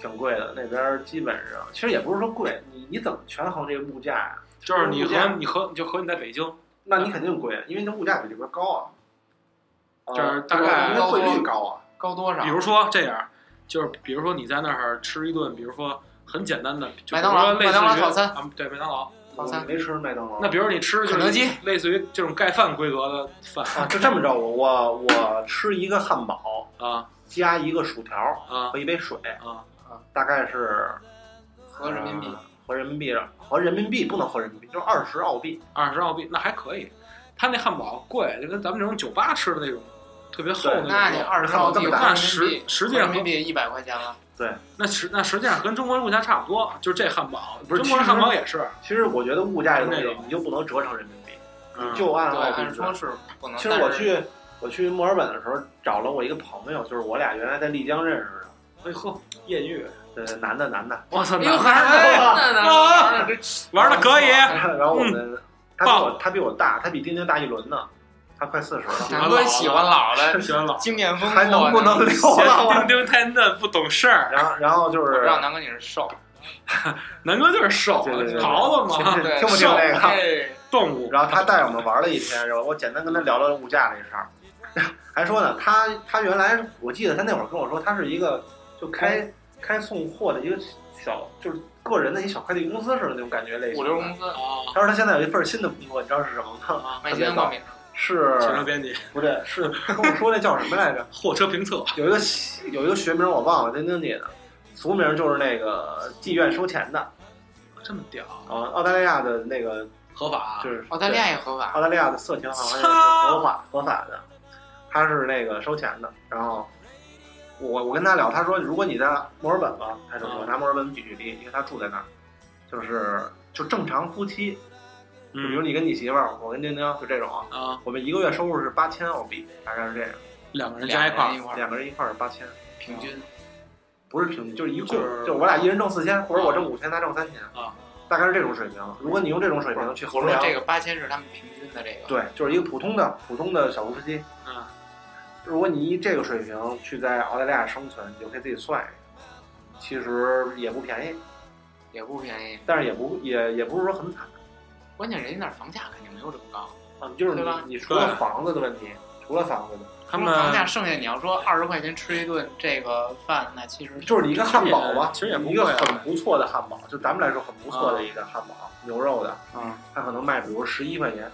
S2: 挺贵的。那边基本上其实也不是说贵，你你怎么权衡这个物价呀、
S3: 就是你和你和你就和你在北京，
S2: 那你肯定贵，啊因为你的物价比这边高啊。呃
S3: 这是大概
S2: 因为汇率高啊，
S4: 高多少？
S3: 比如说这样，就是比如说你在那儿吃一顿，比如说很简单的，就
S4: 麦当劳
S3: 比如说类似于
S4: 麦当劳套餐
S3: 啊，对，麦当劳。
S4: 套餐
S2: 我没吃麦当劳。
S3: 那比如你吃就是
S4: 肯德基
S3: 类似于这种盖饭规格的饭
S2: 啊，就这么着，我我我吃一个汉堡
S3: 啊
S2: 加一个薯条
S3: 啊
S2: 和一杯水，
S3: 啊！
S2: 大概是
S4: 啊合人民币
S2: 呃，合人民币合人民币不能合人民币，就是二十澳币。
S3: 二十澳币那还可以。他那汉堡贵，就跟咱们这种酒吧吃的那种特别厚
S2: 对
S3: 的
S4: 那
S3: 那
S4: 你
S3: 种。
S4: 二十澳币，
S3: 那
S4: 合人民
S3: 实
S4: 币，
S3: 实际
S4: 合人
S3: 上
S4: 民币一百块钱了，
S3: 那实那实际上跟中国物价差不多，就是这汉堡，
S2: 不是
S3: 中国的
S2: 其实
S3: 汉堡也是，
S2: 其实我觉得物价这东
S3: 那
S2: 西
S3: 种
S2: 你就不能折成人民币，
S3: 嗯
S2: 你就按
S4: 对，
S2: 澳
S4: 按
S2: 币
S4: 说
S2: 算。
S4: 是不能。
S2: 其实
S4: 但是
S2: 我去我去墨尔本的时候找了我一个朋友，就是我俩原来在丽江认识的。
S3: 哎呵，艳遇，
S2: 呃，男的男的，
S3: 我操，
S4: 哎呦，
S3: 那
S4: 还 哎那
S3: 啊
S4: 那
S3: 玩的可以，
S4: 嗯
S2: 然后我们他比我他比我大，他比丁丁大一轮呢，他快四十了，
S4: 南哥喜欢 老的，
S3: 喜欢老
S4: 经典风
S2: 还能不能
S4: 我
S2: 聊了？
S3: 嫌
S2: 我
S3: 丁丁太嫩不懂事儿，
S2: 然后然后就
S4: 知
S2: 是
S4: 道南哥你 是瘦，
S3: 南哥就是瘦，
S2: 对对对
S3: 桃子嘛，
S4: 啊对，
S2: 听不听
S4: 瘦
S2: 那个
S4: 哎
S3: 动物。
S2: 然后他带我们玩了一天，然后我简单跟他聊聊物价这事儿， 还说呢，他他原来我记得他那会儿跟我说，他是一个就开开送货的一个小，就是个人的一小快递公司似的那种感觉类型的。
S4: 物流公司
S3: 啊，
S2: 他说他现在有一份新的工作，你知道是什么吗？
S4: 卖鸡蛋
S2: 特
S4: 灌
S2: 别
S4: 饼，
S2: 逗是
S3: 行政编辑，
S2: 不对？是跟我说那叫什么来着？
S3: 货车评测，
S2: 有一个有一个学名我忘了，丁丁记得，俗名就是那个妓院收钱的，
S3: 这么屌，
S2: 呃，澳大利亚的那个
S3: 合法
S2: 就？是
S4: 澳大利亚也合法
S2: 澳，大利亚的色情好像也是合法合法的，他是那个收钱的。然后我我跟他聊，他说如果你在墨尔本吧，他就说
S3: 嗯
S2: 拿墨尔本举举例，因为他住在那儿，就是就正常夫妻，就
S3: 嗯
S2: 比如你跟你媳妇儿，我跟丁丁就这种，
S3: 啊，
S2: 我们一个月收入是八千澳币，大概是这样，
S3: 两个人
S4: 俩
S3: 加一块儿
S4: 人一块儿
S2: 两个人一块儿八千，
S4: 平均
S2: 不是平均，就是一共，
S3: 就是
S2: 就是我俩一人挣四千，或者我挣五千，他挣三千
S3: 啊，
S2: 大概是这种水平。如果你用这种水平去
S4: 我
S2: 衡
S4: 说
S2: 量，
S4: 这个八千是他们平均的这个，
S2: 对，就是一个普通的普通的小夫妻。
S3: 啊，
S2: 如果你以这个水平去在澳大利亚生存，你就可以自己算一下，其实也不便宜，
S4: 也不便宜。
S2: 但是也不也也不是说很惨
S4: 关键人家那儿房价肯定没有这么高，
S2: 啊，就是你
S4: 对吧
S2: 你除了
S3: 对
S2: 房子的问题，除了房子的，
S3: 他
S4: 除了房价
S3: 们
S4: 剩下你要说二十块钱吃一顿这个饭，那其实
S2: 就是你一个汉堡吧，
S3: 其实也不
S2: 一个
S3: 贵啊嗯
S2: 很不错的汉堡，就咱们来说很不错的一个汉堡，牛肉的，
S4: 嗯，
S2: 它可能卖比如十一块钱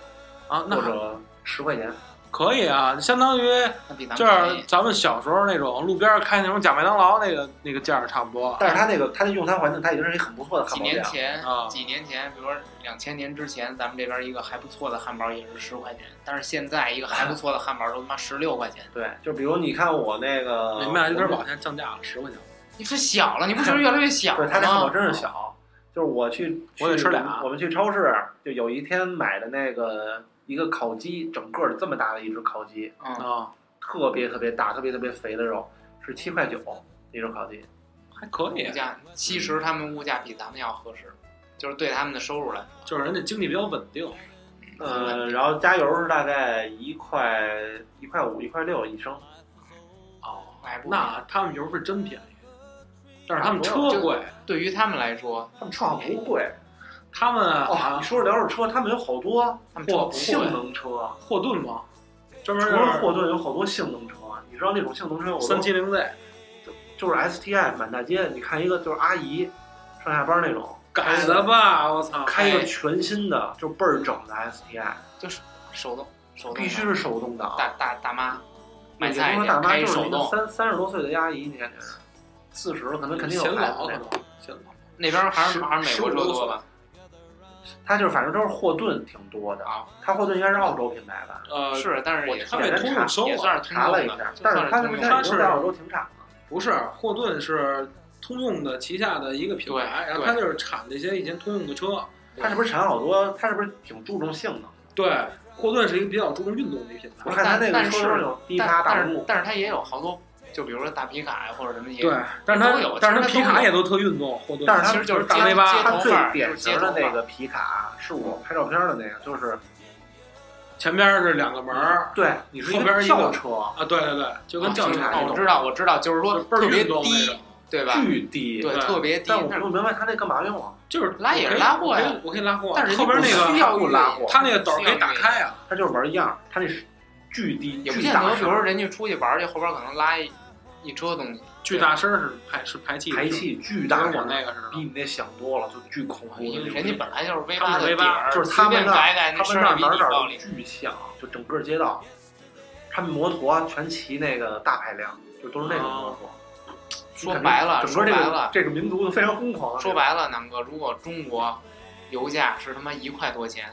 S3: 啊，
S2: 或
S3: 那
S2: 者十块钱，
S3: 可以啊，相当于
S4: 那比咱
S3: 就
S4: 们便
S3: 是
S4: 宜。
S3: 咱们小时候那种路边开那种假麦当劳那个那个价儿差不多
S2: 但是它那个它的用餐环境，它已经是一个很不错的汉
S4: 几
S2: 堡店
S4: 年
S2: 了。
S4: 前，
S3: 啊，
S4: 几年前，比如说两千年之前，咱们这边一个还不错的汉堡也是十块钱，但是现在一个还不错的汉堡都他妈十六块钱。
S2: 对，就比如你看我那个，
S3: 你卖了一根保现降价了十块钱，
S4: 你说小了，你不觉得越来越 小
S2: 对，
S4: 了
S2: 他那汉堡
S4: 吗？
S2: 真是小，就是我去，
S3: 哦我得
S2: 去
S3: 吃俩
S2: 我们去超市，就有一天买的那个一个烤鸡，整个儿这么大的一只烤鸡，
S4: 嗯，
S3: 啊，
S2: 特别特别大，特别特别肥的肉，是七块九一只烤鸡。
S3: 还可以
S4: 物，价其实他们物价比咱们要合适，就是对他们的收入来说。
S3: 就是人家经济比较稳定，嗯
S2: 呃，然后加油是大概一块一块五、一块六一升，
S3: 哦，
S4: 买不
S3: 那他们油是真便宜，但是他
S4: 哦
S3: 们车贵，
S4: 对于他们来说，
S2: 他们车好像不贵。
S3: 他们
S2: 哦，
S3: 啊
S2: 你，说着聊着车，他们有好多
S4: 他们车不
S2: 性
S4: 贵，
S2: 能车，
S3: 霍顿嘛，专
S2: 除
S3: 门
S2: 了霍顿有好多性能车。你知道那种性能车，我都
S3: 三七零 Z
S2: 就是 STI 满大街，你看一个就是阿姨上下班那种，
S3: 改的吧，我操，
S2: 开一
S4: 哎
S2: 个全新的，就倍儿整的 STI，
S4: 手动手动的
S2: 必须是手动挡。
S4: 嗯大大大妈买
S2: 也
S4: 菜
S2: 不
S4: 也
S2: 是大妈，
S4: 开
S2: 就
S4: 一
S2: 是
S4: 手
S2: 一个
S4: 动，
S2: 三三十多岁的阿姨，你感觉四十了，可能肯定有
S3: 显
S2: 孩子
S3: 老可
S2: 那
S3: 能
S2: 种。
S3: 显老，
S4: 那边还是还是美国车多吧？
S2: 他就是反正都是霍顿挺多的
S4: 啊，
S2: 他霍顿应该是澳洲品牌吧？
S3: 呃，
S4: 是，但是也
S3: 他
S4: 算
S3: 被通用收
S4: 也
S3: 了，
S4: 算是通
S2: 查了一
S4: 用
S2: 下
S4: 的，，
S2: 但
S4: 算
S2: 他
S4: 通
S2: 们
S4: 用
S2: 现在
S4: 的。
S2: 已经在澳洲停产了。
S3: 不是霍顿是通用的旗下的一个品牌，
S4: 对
S3: 然后它就是产这些以前通用的车，
S4: 对
S2: 他是不是产好多？他是不是挺注重性能的？
S3: 对，霍顿是一个比较注重运动的一个品
S2: 我
S3: 牌，
S2: 看他那个
S4: 但
S2: 车都是那种低
S4: 但
S2: 趴大
S4: 但是
S2: 幕，
S4: 但是它也有好多，就比如说大皮卡呀或者什么也有
S3: 对，但是它
S4: 都有
S3: 但是它
S4: 其
S3: 皮
S4: 实它都
S3: 卡
S4: 有
S3: 也都特运动，霍顿，
S2: 但是它
S4: 其实就是
S3: 大
S4: 街
S3: V 八
S4: 街
S2: 他
S4: 头范
S2: 最
S4: 儿，就
S2: 典
S4: 是街
S2: 型
S4: 头
S2: 的
S4: 范
S2: 那
S4: 儿。
S2: 个皮卡是我拍照片的那个，就是
S3: 前边是两个门儿
S2: 对，你是
S3: 后边一个
S2: 轿车，
S3: 啊，对对对，就跟
S4: 啊
S3: 轿车
S4: 就是
S2: 那
S4: 哦，
S3: 那
S4: 我
S3: 种
S4: 知道，我知道，就是说
S3: 就倍儿
S4: 特别
S3: 运动那种
S4: 低，对吧？嗯
S2: 巨低。
S4: 对，
S3: 对
S4: 特别低。
S2: 但我
S4: 那
S2: 不明白他那干嘛用啊？
S3: 就是
S4: 拉也
S3: 我
S4: 是
S3: 可以
S4: 拉货呀
S3: 我可以我可以拉货，啊
S4: 但是人家
S3: 后边那
S4: 不需
S3: 个
S4: 要
S2: 不
S4: 运
S2: 拉
S4: 动
S2: 货
S3: 它那个嗯斗儿可以打开啊呀，
S2: 他就是玩样，他那是巨低，
S4: 也不
S2: 巨
S4: 见
S2: 大
S4: 得，比
S2: 声
S4: 如说人家出去玩去，后边可能拉一一车东西，
S3: 巨大声儿是排是排气的
S2: 排
S3: 声儿，嗯
S2: 气巨
S3: 就
S2: 大
S3: 跟我
S2: 声，
S3: 那个似
S2: 比
S3: 的，
S2: 你那响多了，就巨恐怖的那种。
S4: 人家本来就是 V
S3: 他
S4: 八
S3: 们
S4: 的
S3: 是
S4: 底
S3: V8
S4: 儿，
S2: 就是
S4: 随
S2: 他
S4: 便
S2: 们那
S4: 改改那
S2: 他
S4: 声
S2: 们
S4: 儿
S2: 那
S4: 比
S2: 哪儿
S4: 你
S2: 哪
S4: 暴
S2: 儿
S4: 力。
S2: 巨响，就整个街道。他们摩托全骑那个大排量，就都是那种摩托。
S4: 哦说白了，
S2: 整个
S4: 说
S2: 这
S4: 白
S2: 个
S4: 了，
S2: 这个民族都非常疯狂。啊
S4: 说白了，南哥，如果中国油价是他妈一块多钱，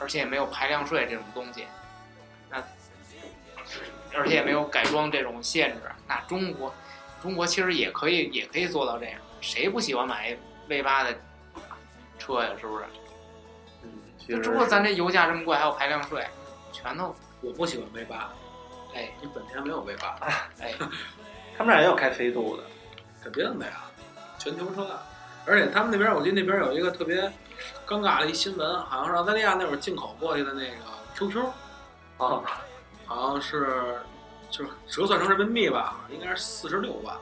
S4: 而且也没有排量税这种东西，那而且也没有改装这种限制，那中国中国其实也可以也可以做到这样。谁不喜欢买 V 八的车呀？是不是？
S2: 嗯，其
S4: 就
S2: 实
S4: 中国咱这油价这么贵，还有排量税，全都
S3: 我不喜欢 V 八，
S4: 哎
S3: 你本田没有 V 八，
S4: 哎，
S2: 他们俩也有开飞度的，
S3: 肯定的呀，全球车啊。而且他们那边，我记得那边有一个特别尴尬的一新闻，好像是澳大利亚那会儿进口过去的那个 QQ，
S2: 啊，
S3: 好像是就是折算成人民币吧，应该是四十六万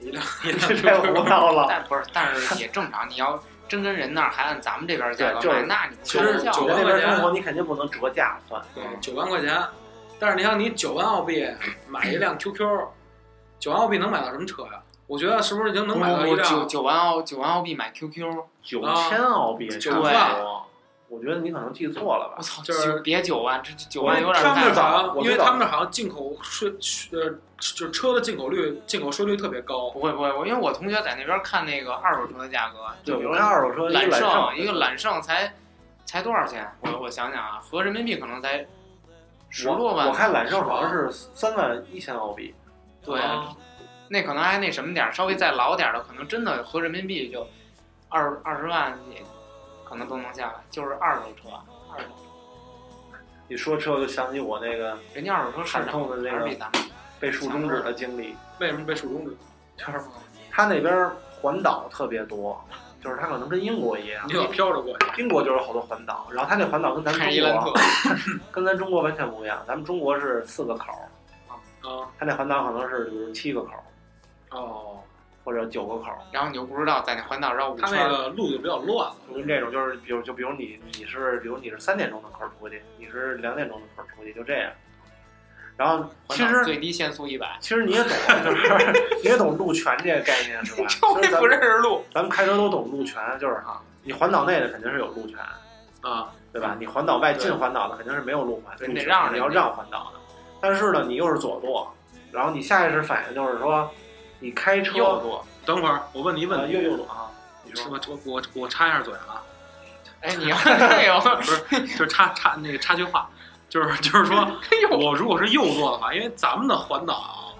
S3: 一 辆一辆
S2: 这太
S3: QQ
S2: 胡闹了。
S4: 但不是，但是也正常。你要真跟人那儿还按咱们这边价
S2: 对
S4: 格
S2: 就是
S4: 卖，那你
S3: 其实
S4: 叫
S3: 九
S2: 你在那边
S3: 万块钱
S2: 生活，你肯定不能折价算。
S3: 对，九万块钱，但是你像你九万澳币买一辆 QQ，九 万澳币能买到什么车呀、我觉得是不是已经能买到一
S4: 我
S2: 啊
S4: 九
S3: 辆？
S4: 九万澳九万澳币买 QQ，
S2: 九
S4: 啊
S2: 千澳币差不
S4: 对
S2: 多。我觉得你可能记错了吧
S4: 我？操，
S3: 就是
S4: 九别九万，这这九
S2: 我
S4: 万有点
S3: 他们那
S4: 太
S3: 儿好
S4: 少。
S3: 像，
S2: 我
S3: 因为
S2: 知道
S3: 他们那儿好像进口税呃，就是车的进口率、进口税率特别高。
S4: 不会不会，我因为我同学在那边看那个二手车的价格，
S2: 对，
S4: 就比
S2: 我
S4: 如
S2: 看二手车一
S4: 揽
S2: 揽
S4: 胜
S2: 胜，
S4: 一个揽胜才才多少钱？我我想想啊，合人民币可能才十
S2: 我
S4: 多万。
S2: 我看揽胜好像
S4: 是
S2: 是三万一千澳币，
S4: 对，
S3: 啊
S4: 那可能还那什么点儿，稍微再老点儿的，可能真的合人民币就二二十万也可能都能下来，就是二手车，啊二手
S2: 一说车我就想起我那个
S4: 人家二手车市
S2: 惨
S4: 场
S2: 痛的那
S4: 还是比
S2: 个
S4: 咱们
S2: 被竖中指的经历，
S3: 为什么被竖中指？
S2: 就是他那边环岛特别多，就是他可能跟英国一样
S3: 你，老飘着过去，
S2: 英国就是好多环岛，然后他那环岛跟咱
S4: 凯迪
S2: 中
S4: 兰特
S2: 国，跟咱中国完全不一样，咱们中国是四个口儿，
S3: 啊
S2: 他那环岛可能是比如七个口儿
S3: 哦，
S2: 或者九个口儿，
S4: 然后你就不知道在那环岛绕五
S3: 他
S4: 圈
S3: 那
S4: 儿，
S3: 个路就比较乱了。
S2: 就跟这种就是比如就比如你你是比如你是三点钟的口儿出去，你是两点钟的口儿出去，就这样。然后其
S4: 环岛
S2: 实
S4: 最低限速一百，
S2: 其实你也懂，就是 你也懂路权这个概念 是吧？ 其
S4: 我也
S2: 实咱
S4: 不认
S2: 们
S4: 识路。
S2: 咱们开车都懂路权，就是
S4: 啊
S2: 你环岛内的肯定是有路权，
S3: 啊，
S2: 对吧？你环岛外
S4: 对
S2: 进环岛的肯定是没有路环，
S4: 对
S2: 路
S4: 你得
S2: 权
S4: 让人
S2: 你要
S4: 家
S2: 让环岛的。但是呢，你又是左舵，然后你下意识反应就是说，你开车
S4: 右
S2: 舵，
S3: 等会儿我问你一问
S2: 呃
S3: 题，
S2: 右右舵啊，你
S3: 是
S2: 说
S3: 吧？我我我插一下嘴啊，
S4: 哎，你要是这个，
S3: 就是插插那个插句话，就是就是说，我如果是右舵的话，因为咱们的环岛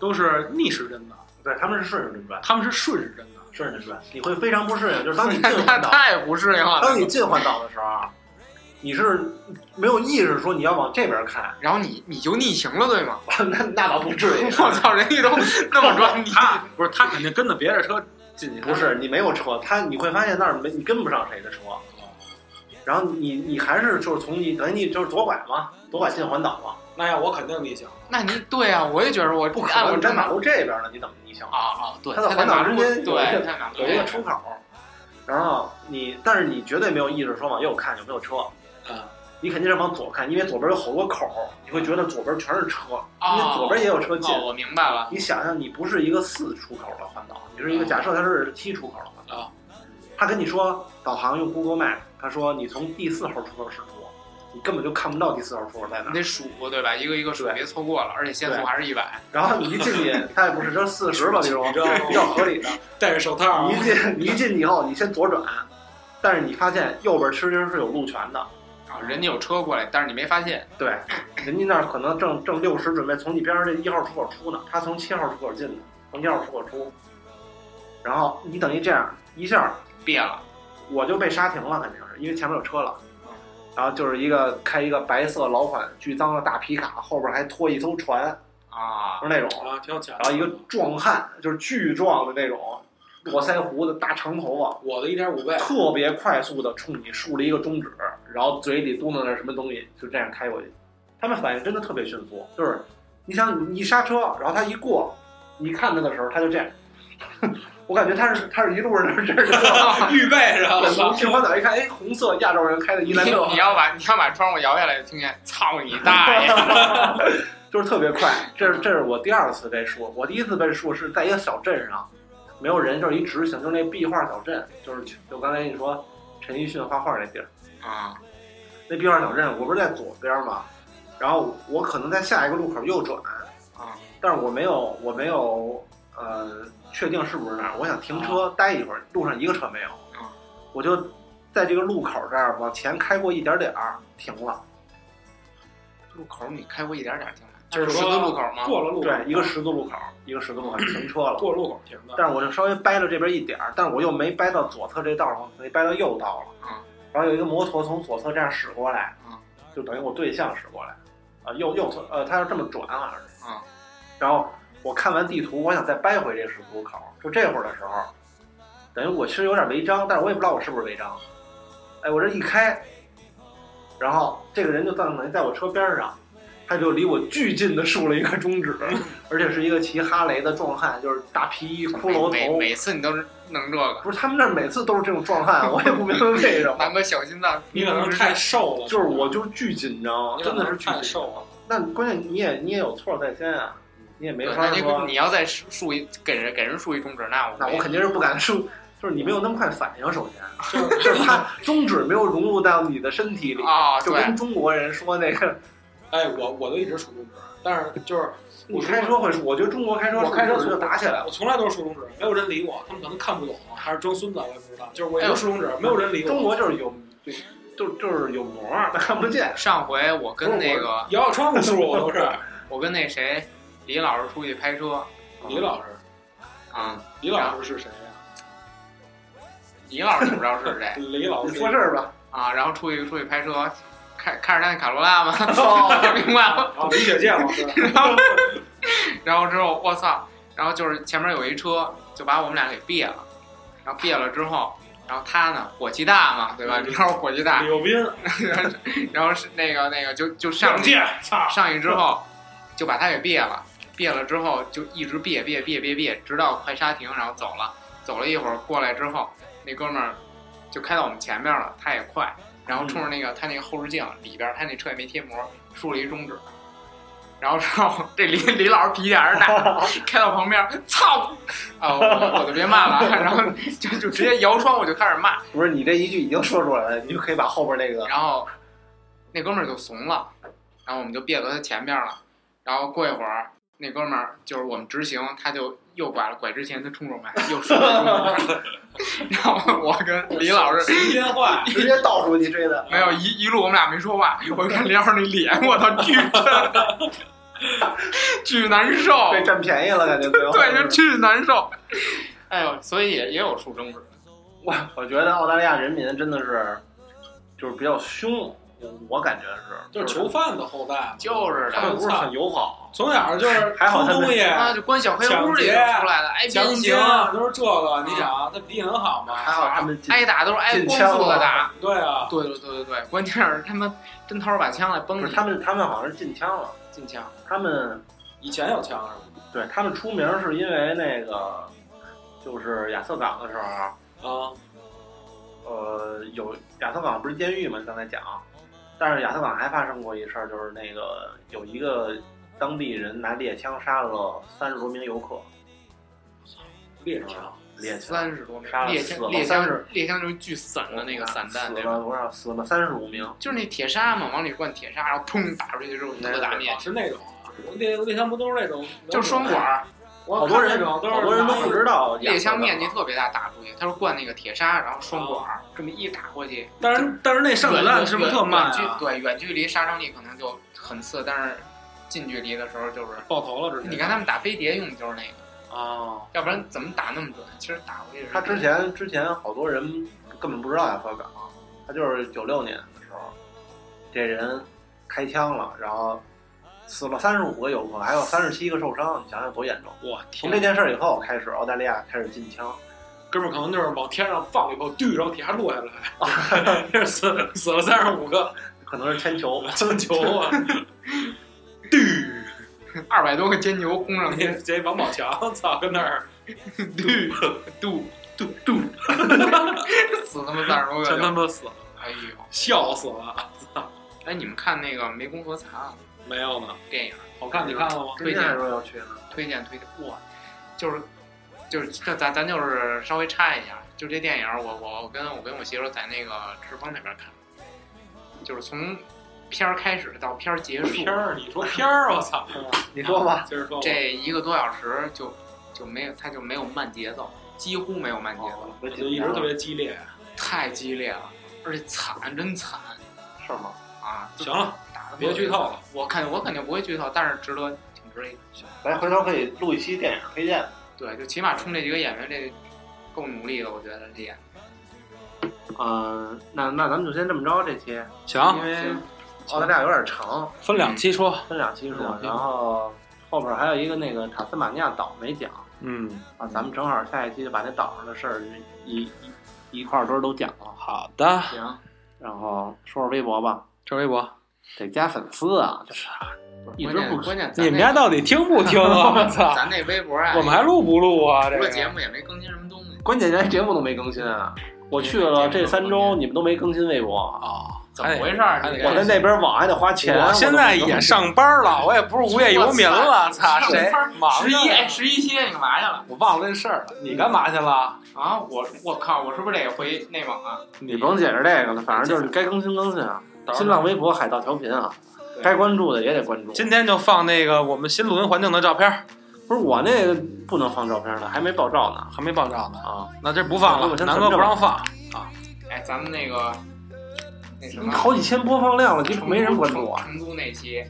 S3: 都是逆时针的，
S2: 对，他们是顺着转，
S3: 他们是顺时针的。
S2: 顺着转，你会非常不适应，就是 当你进
S4: 那
S2: 环岛，
S4: 太不适应了。
S2: 当你进环岛的时候，啊你是没有意识说你要往这边看，
S4: 然后你你就逆行了，对吗？
S2: 那那倒不至于。 啊
S4: 我操，人 家都那么专，你
S3: 他不是他肯定跟着别的车进去，
S2: 不是你没有车，他你会发现那儿没你跟不上谁的车，然后你你还是就是从你等于你就是左拐嘛，左拐进环岛嘛，
S3: 那要我肯定逆行。
S4: 那你对啊，我也觉得我
S2: 不可
S4: 按我
S2: 能你在
S4: 这
S2: 马
S4: 么
S2: 路这边呢，你怎么逆行
S4: 啊？啊，对，
S2: 它
S4: 他
S2: 在
S4: 在
S2: 环岛
S4: 马路
S2: 中间有一个
S4: 对，在马路
S2: 有一个
S4: 对
S2: 出口，然后你但是你绝对没有意识说往右看有没有车，
S4: 嗯
S3: 啊，
S2: 你肯定是往左看，因为左边有好多口，你会觉得左边全是车，
S4: 哦
S2: 因为左边也有车进。
S4: 哦，我明白了，
S2: 你想想，你不是一个四出口的环岛，你是一个
S4: 哦
S2: 假设它是七出口的环岛。
S3: 啊
S2: 他跟你说导航用 Google Map，他说你从第四号出口驶出，你根本就看不到第四号出口在哪
S4: 你
S2: 儿。
S4: 得数对吧？一个一个数，
S2: 对
S4: 别错过了，而且限速
S2: 对
S4: 还是一百。
S2: 然后你一进去，他也不是这四十吧，比如
S3: 你知道吗
S2: 比较合理的。
S3: 戴着手套啊
S2: 你一进你一进去以后，你先左转，但是你发现右边其实是有路权的，
S4: 啊，人家有车过来，但是你没发现，
S2: 对，人家那儿可能正正六十，准备从你边上这一号出口出呢，他从七号出口进的，从一号出口出，然后你等于这样一下
S4: 别了。
S2: 我就被刹停了，肯定是因为前面有车了
S4: 嗯。
S2: 然后就是一个开一个白色老款巨脏的大皮卡，后边还拖一艘船，
S4: 啊
S2: 就是那种。
S3: 啊，挺有钱。
S2: 然后一个壮汉，就是巨壮的那种，络腮胡子、大长头发，
S3: 我的一点五倍，
S2: 特别快速的冲你竖了一个中指，然后嘴里嘟囔着什么东西，就这样开过去。他们反应真的特别迅速，就是你想你一刹车，然后他一过，你看他的时候，他就这样。 我感觉他是他是一啊路上这样这样。
S3: 预备着
S2: 我从天花板一看，哎，红色亚洲人开的
S4: 你
S2: 伊兰特
S4: 你，要把你要把窗户摇下来，就听见操你大 爷！
S2: 就是特别快。这是这是我第二次被树，我第一次被树是在一个小镇上，没有人，就是一直行，就是那壁画小镇，就是就刚才你说陈奕迅画画那地儿，
S4: 啊，
S2: 那壁画小镇，我不是在左边嘛，然后我可能在下一个路口右转，
S4: 啊，
S2: 但是我没有我没有呃确定是不是那儿，我想停车待一会儿，路上一个车没有
S4: 啊，
S2: 我就在这个路口这儿往前开过一点点儿，停了。
S4: 路口你开过一点点听吗？
S3: 就是
S4: 十
S3: 说
S4: 字路口吗？
S3: 过了路口
S2: 对，一个十字路口，一个十字路口停车 了。
S3: 过路口停的。
S2: 但是我就稍微掰了这边一点儿，但是我又没掰到左侧这道上，没掰到右道了。
S4: 嗯
S2: 然后有一个摩托从左侧这样驶过来，
S4: 嗯
S2: 就等于我对向驶过来，啊、右右侧，呃，他是这么转好像是。
S4: 嗯
S2: 然后我看完地图，我想再掰回这十字路口，就这会儿的时候，等于我其实有点违章，但是我也不知道我是不是违章。哎，我这一开，然后这个人就在等于在我车边上，他就离我巨近的竖了一个中指，而且是一个骑哈雷的壮汉，就是大皮衣、骷髅
S4: 每
S2: 头。
S4: 每次你都是弄这个，
S2: 不是他们那儿每次都是这种壮汉，我也不明白为什么。
S4: 南哥小心脏，
S3: 你可能太瘦了，
S2: 就是我就是巨紧张，
S3: 你可
S2: 真的
S3: 能
S2: 是巨啊
S3: 太
S2: 紧张。
S3: 瘦了。
S2: 那关键你也你也有错在先啊，你也没
S4: 对
S2: 法
S4: 那你
S2: 说。
S4: 你要再竖一给人给人竖一中指，那我
S2: 那
S4: 没
S2: 我肯定是不敢说，就是你没有那么快反应，首 先，就是就是他中指没有融入到你的身体里，
S4: 啊，
S2: 就
S4: 对
S2: 跟中国人说那个，
S3: 哎，我我都一直竖中指，但是就是
S2: 你开车会说， 我觉得中国开车
S3: 我开车
S2: 是不是就打起来了，
S3: 我从来都是竖中指，没有人理我，他们可能看不懂，还是装孙子，我也不知道。就是我一
S4: 哎呦
S3: 直竖中指，没有人理
S2: 中
S3: 我。
S2: 国就是有就就就是有膜，他看不 见。
S4: 上回我跟那个
S3: 摇摇窗户竖 我都是
S4: 我跟那谁李老师出去拍车，
S3: 李老师，
S4: 嗯，
S3: 李老师是谁呀？
S4: 李老师你不知道是谁
S3: 李老
S2: 你
S3: 师
S2: 说事儿吧，
S4: 啊？然后出去出去拍车，看看着他那卡罗拉嘛，
S2: 哦
S4: 明白了。
S3: 啊，李雪健老 师，
S4: 然后之后我操，然后就是前面有一车就把我们俩给别了，然后别了之后，然后他呢火气大嘛，对吧？
S3: 嗯
S4: 你看我火气大
S3: 李，幼斌，
S4: 然后是那个那个就就上
S3: 蒋介，操，
S4: 上去之后就把他给别了，别了之后就一直别别别别别，直到快刹停，然后走了。走了一会儿过来之后，那哥们儿就开到我们前面了，他也快，然后冲着那个他那个后视镜里边儿，他那车也没贴膜，竖了一中指。然后之后，这李李老师脾气还是大，开到旁边儿，操！啊，我我就别骂了，啊然后就就直接摇窗户就开始骂，
S2: 不是你这一句已经说出来了，你就可以把后边那个
S4: 然后那哥们儿就怂了，然后我们就别到他前边了。然后过一会儿，那哥们儿就是我们直行，他就又拐了，拐之前他冲着我们又说了中指， 然后我跟李老师
S3: 时间坏，
S2: 直接倒出去追 的，
S4: 没有一一路我们俩没说话，我看李老师那脸，我操，巨巨难受，
S2: 被占便宜了，感觉最后。
S4: 对，就巨难受。 哎呦，所以也也有竖中指，
S2: 我我觉得澳大利亚人民真的是就是比较凶，我我感觉是，
S3: 就是囚犯的后代嘛，
S4: 就是
S2: 他
S4: 的，
S2: 们不是很友好，
S3: 从小就是
S2: 还好
S3: 偷
S2: 他们
S3: 东西。
S4: 啊，就关小黑屋里
S3: 抢劫
S4: 出来的，挨
S3: 强
S4: 鞭
S3: 奸
S4: 刑，
S3: 啊都是这个，你想啊他脾气很好吗？
S2: 还好他们进
S4: 挨打都是挨
S2: 啊进
S4: 光
S2: 枪
S4: 速的
S2: 了
S4: 打。
S3: 对啊，
S4: 对对对对对，关键是他妈真掏出把枪来崩
S2: 不
S4: 你
S2: 是，他们他们好像是禁枪了，
S4: 进枪。
S2: 他们
S3: 以前有枪是
S2: 对他们出名是因为那个，就是亚瑟港的时候，啊
S3: 吗？
S2: 呃，有亚瑟港不是监狱嘛，刚才讲，但是亚瑟港还发生过一事儿，就是那个有一个当地人拿猎枪杀了三十多名游客，
S3: 啊，猎枪，
S2: 猎枪
S4: 三十多名
S2: 杀，了
S4: 猎
S2: 四个
S4: 枪猎
S2: 三十
S4: 枪猎枪就是巨散的那个散弹，
S2: 死
S4: 对吧？
S2: 了多少？死了三十五名，
S4: 就是那铁砂嘛，往里灌铁砂，然后砰打出去之后特打灭，
S3: 是那种啊，猎猎枪不都是那种，
S4: 就是双管，儿，
S3: 我
S2: 好多
S3: 看
S2: 人
S3: 那种都是
S2: 好多人都不知道亚瑟港
S4: 猎枪面积特别大，打出去。他说灌那个铁砂，然后双管儿这么一打过去，
S3: 但是但是那上子弹是不是特慢
S4: 远距
S3: 啊？
S4: 对，远距离杀伤力可能就很次，但是近距离的时候就是，
S3: 爆头了，直接。
S4: 你看他们打飞碟用的就是那个，
S3: 啊，
S4: 要不然怎么打那么准？其实打过去是
S2: 他之前之前好多人根本不知道亚瑟港，他就是九六年的时候，这人开枪了，然后死了三十五个游客，还有三十七个受伤，你想想多严重。
S3: 我
S2: 从这，
S3: 天
S2: 件事儿以后开始，澳大利亚开始禁枪，
S3: 哥们儿可能就是往天上放了以后，丢，然后底下落下来， 死死了三十五个，
S2: 可能是铅球，
S3: 真球啊！
S4: 二百多个煎 牛轰上
S3: 那
S4: 去，
S3: 这王宝强，操，跟那儿绿嘟嘟嘟，
S4: 死他妈三 十多个
S3: 全
S4: 就
S3: 他，妈死了，
S4: 哎呦！
S3: 笑死了！
S4: 哎，你们看那个《湄公河残案
S3: 没有呢，》
S4: 电影，
S3: 好看，你看了吗？
S2: 推荐说要去呢。
S4: 推荐推荐，哇，就是就是这咱咱就是稍微插一下，就这电影我，我我跟我跟我媳妇儿在那个赤峰那边看，就是从片儿开始到片儿结束
S3: 片，儿，你说片儿，我操！
S2: 你说吧，
S3: 接着说吧，
S4: 这一个多小时就就没有，它就没有慢节奏，几乎没有慢节奏，
S2: 我
S3: 哦就一直特别激烈。
S4: 太激烈了，而且惨，真惨
S2: 是吗？
S4: 啊！就
S3: 行了，
S4: 打得
S3: 别剧透了，
S4: 我肯我肯定不会剧透，但是值得挺值得一看。
S2: 咱回头可以录一期电影推荐。
S4: 对，就起码冲这几个演员这够努力的，我觉得这演。
S2: 嗯，那那咱们就先这么着，这期因
S3: 行，
S2: 为
S4: 行
S2: 澳大利亚有点长，
S3: 分两期说。
S2: 分两期
S3: 分
S2: 说
S3: 两，期
S2: 然后后边还有一个那个塔斯马尼亚岛没讲。
S3: 嗯，
S2: 啊，咱们正好下一期就把那岛上的事儿一一一块儿都都讲了，
S3: 好的，
S4: 行，
S2: 然后说说微博吧，
S3: 这微博，
S2: 得加粉丝啊，就是一直
S4: 关键
S2: 不
S4: 关键咱
S3: 你们家
S4: 那
S3: 到底听不听 啊？我操！
S4: 咱那微博啊，
S3: 我们还录不录啊？这
S4: 除
S3: 个
S4: 了节目也没更新什么东西。
S2: 关键连节目都没更新啊！我去了这三周，你们都没更新微博，
S3: 啊，
S4: 怎么回事儿？
S3: 还得
S4: 你这
S2: 我在那边网还得花钱。
S3: 我现在也上班了，我也不是无业游民了，操，谁忙啊
S4: 十一哎，十一期间你干嘛去了？
S3: 我忘了这事儿了。你干嘛去了？
S4: 啊，我我靠，我是不是得回内蒙啊？
S2: 你甭解释这个了，反正就是该更新更新啊。
S3: 到时候
S2: 新浪微博海盗调频啊，该关注的也得关注。
S3: 今天就放那个我们新录音环境的照片，
S2: 不是我那个不能放照片呢，还没爆照呢
S3: 还没爆照呢。
S2: 啊！
S3: 那这不放了，南哥不让放。
S4: 哎，咱们那个那什
S2: 你
S4: 么，
S2: 好几千播放量了，就
S4: 成都
S2: 没人关注我。
S4: 成成都那期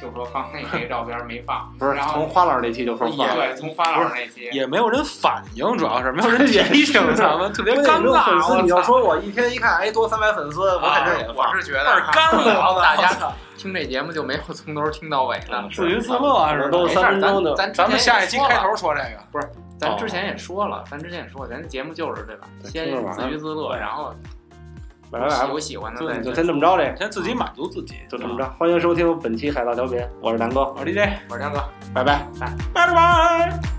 S4: 就说放那谁照片没放
S2: ，不是
S4: 然
S2: 从
S4: 后
S2: 花老师那期就说放了，
S4: 对从花老师那期，
S3: 也没有人反应，主要是没有人提醒咱们，特别
S2: 关键
S3: 尴
S2: 你这种 粉丝，
S3: 尬。
S2: 你要
S3: 我操，
S2: 说我一天一看，哎，多三百粉丝，我肯定也
S4: 啊我
S2: 放。
S4: 是觉
S3: 有点
S4: 得哈
S3: 干了，
S4: 大家
S3: 家
S4: 听这节目就没有从头听到尾的。
S3: 自娱自乐似的。
S2: 都
S4: 没事
S2: 三
S4: 儿，
S2: 分钟
S4: 咱
S2: 就
S4: 咱
S3: 咱们下一期开
S4: 头。
S3: 头说这个，
S4: 咱之前也说了，咱之前也说，咱节目就是对吧？
S2: 对
S4: 先
S2: 听着玩儿
S4: 自娱自乐，然后
S2: 拜拜拜拜
S4: 有，喜欢的
S2: 就
S4: 再
S2: 就先这么着嘞，
S3: 先自己满足自己，
S2: 就这么着。欢迎收听本期海盗调频，我是南哥，
S3: 我是 DJ，
S4: 我是亮哥。
S2: 拜拜。
S3: 拜拜。